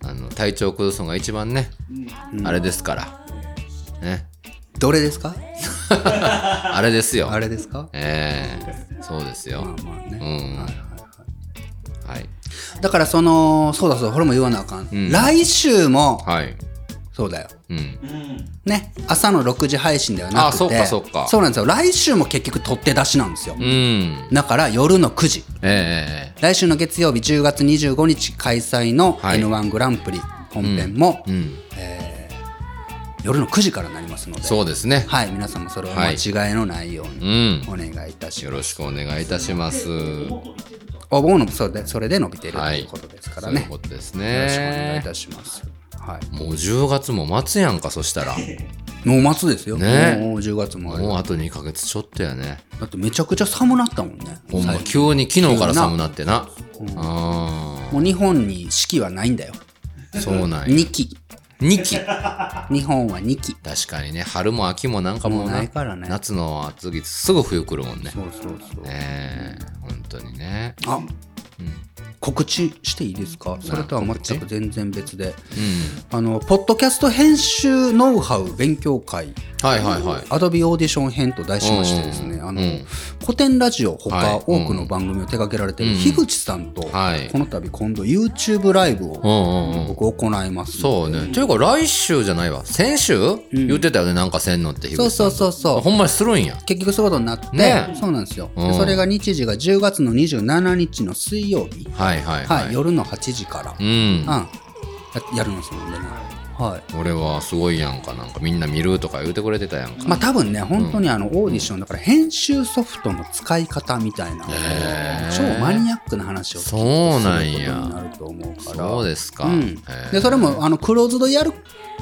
S1: うん
S2: あの、体調崩すのが一番ね、あれですから。ね。
S1: どれですか
S2: あれですよ
S1: あ。れですか
S2: ええ。そうです
S1: ま
S2: よ
S1: あ。まあ
S2: う
S1: ね。
S2: ん。はい。
S1: だから、その、そうだそうだ、これも言わなあかん。
S2: ん
S1: 来週も、
S2: はい。
S1: そうだよ。
S2: うん。
S3: うん。
S1: ね、朝の6時配信ではなくて
S2: あそうかそうか
S1: そうなんですよ来週も結局取って出しなんですよ、
S2: うん。
S1: だから夜の9時
S2: ええ。
S1: 来週の月曜日10月25日開催の
S2: はい
S1: n 1グランプリ本編も、
S2: うん。
S1: 夜の9時からになりますので
S2: そうですね。
S1: はい皆さんもそれをお間違いのないよう
S2: う
S1: に
S2: ん。
S1: お願いいたし
S2: よ
S1: ます、
S2: ろしくお願いいたします。
S1: お盆のそれでそれで伸びてると
S2: はい
S1: いうことですから
S2: そうい
S1: ね、
S2: う
S1: よ
S2: ことです
S1: ろしくお願いい
S2: ね。
S1: たします、はい、
S2: もう10月も末やんか、そしたら。
S1: もう末ですよ、
S2: ね
S1: もう10月もあれ
S2: もうあと2ヶ月ちょっとやね。
S1: だってめちゃくちゃ寒なったもんね
S2: ほんま
S1: 最近
S2: 急に昨日から寒なってな。あ
S1: もう日本に四季はないんだよ
S2: あ、そうなん や。
S1: 2期
S2: 2期。
S1: 日本は2期
S2: 確かにね、春も秋もなんか
S1: も
S2: も
S1: う
S2: う
S1: ない
S2: な、
S1: からね
S2: 夏の暑ぎすぐ冬来るもんね。
S1: そうそうそう、
S2: ねえ、本当にね。
S1: あ、告知していいですかそれとは全く全然別で
S2: うん。
S1: あのポッドキャスト編集ノウハウ勉強会
S2: はいはいはい。
S1: アドビオーディション編と題しましてですね、
S2: うん
S1: あの
S2: うん
S1: 古典ラジオほか、
S2: はい
S1: 多くの番組を手掛けられている
S2: うん
S1: 樋口さんと、
S2: はい
S1: この度今度 YouTube ライブ
S2: う
S1: を
S2: んうんうん。
S1: 僕行いますの
S2: そうね。ていうか来週じゃないわ。先週言ってたよね、なんかせんのって。
S1: で、そうそうそうそう
S2: ほんまにするんや。
S1: 結局そういうことになって、
S2: ねえ
S1: そうなんですよ、で
S2: うん
S1: それが日時が10月の27日の水曜日、
S2: はいはい
S1: はい
S2: はい。
S1: 夜の8時から、
S2: う
S1: うん
S2: ん。
S1: ややるんですよね、は
S2: 俺はすごいやんかなんかみんな見るとか言うてくれてたやん
S1: い
S2: か、
S1: まあ、多分ね本当にあのオーディションだから編集ソフトの使い方みたいな、
S2: へー
S1: 超マニアックな話をきっとする
S2: そう
S1: こと
S2: なん
S1: に
S2: や
S1: なると思うから
S2: そうですか、
S1: うん
S2: へえ
S1: でそれもあのクローズドやる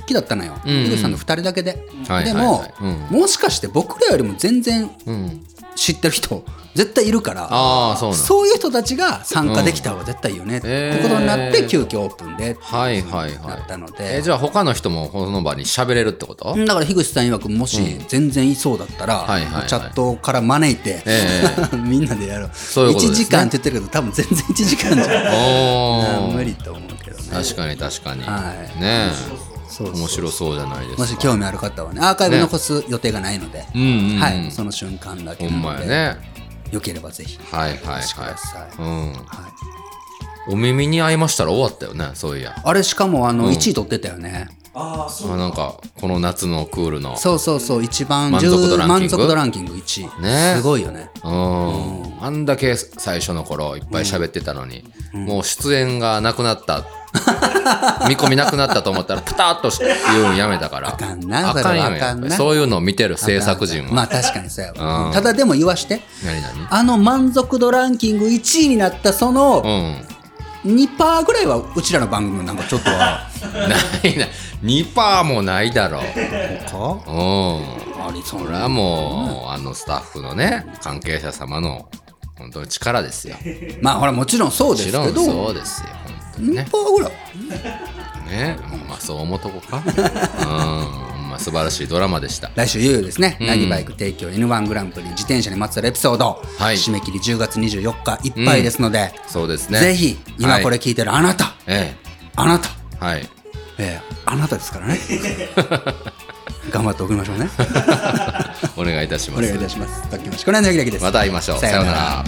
S1: 気だったのよ
S2: うんうん
S1: 井口さんと2人だけで、
S2: はい
S1: でも、
S2: はいはい
S1: もしかして僕らよりも全然
S2: うん、
S1: 知ってる人絶対いるから
S2: ああそうなん
S1: そういう人たちが参加できた方が絶対いいよね、ってことになって
S2: えー
S1: 急遽オープンでって
S2: はいはいはい
S1: なったので、
S2: えじゃあ他の人もこの場に喋れるってこと、
S1: だから樋口さん曰くもし全然いそうだったら、
S2: はいはいはい
S1: チャットから招いて、
S2: え
S1: みんなでやろう
S2: そういうことです
S1: 1
S2: ね
S1: 時間って言ってるけど多分全然1時間じゃ
S2: おー
S1: 無理と思うけどね
S2: 確かに確かに、
S1: はい
S2: ね
S1: そう
S2: え
S1: そう
S2: 面白そうじゃないですか
S1: もし興味ある方はねアーカイブ残す予定がないので、
S2: うんうんうん、
S1: はい、その瞬間だけ
S2: ほ
S1: なんの
S2: ま
S1: で、
S2: やね
S1: よければぜひ
S2: はいはい
S1: お越しください
S2: はい、
S1: はい
S2: うん、お耳に合いましたら終わったよねそういや
S1: あれしかもあの1位取ってたよね、
S3: ああ、そう
S2: あなんかこの夏のクールの
S1: そうそうそう一番
S2: 満足
S1: 10
S2: 度ランキ
S1: 満
S2: ング
S1: 足度ランキング1位
S2: ね
S1: すごいよね
S2: うん、あんだけ最初の頃いっぱい喋ってたのに、もう出演がなくなった。 見込みなくなったと思ったら、プタッと言うんやめたから。あ
S1: かんなそれは
S2: よ
S1: あかんな
S2: やっぱりそういうのを見てる制作陣は。
S1: まあ確かにそうやわ、
S2: うん
S1: ただでも言わして
S2: 何何
S1: あの満足度ランキング1位になったその
S2: うん。
S1: 2%ぐらいはうちらの番組のなんかちょっと は
S2: ないな。2%もないだろう。
S1: か
S2: うん。
S1: ありそう
S2: これはもう、あのスタッフのね、関係者様の、本当に力ですよ。も
S1: まあほらもちろんそうです
S2: ち
S1: けど
S2: ろんそうですよ。本当にね。
S1: 2%ぐらい
S2: ね。まあそう思っとこか。うん。ほんまあ素晴らしいドラマでした。
S1: 来週いよいよですね、
S2: うん
S1: ナギバイク提供 N1 グランプリ自転車にまつわるエピソード、
S2: はい
S1: 締め切り10月24日いっぱいですので、
S2: そうですね。
S1: ぜひ今これ
S2: はい、
S1: 聞いてるあなた、
S2: え
S1: あなた、
S2: え、はい。
S1: えーあなたです からね頑張って送りましょうね
S2: お願いいたし
S1: お
S2: ま す。
S1: 願いいたします。よろしくお願いします。
S2: また会いましょう。さようなら。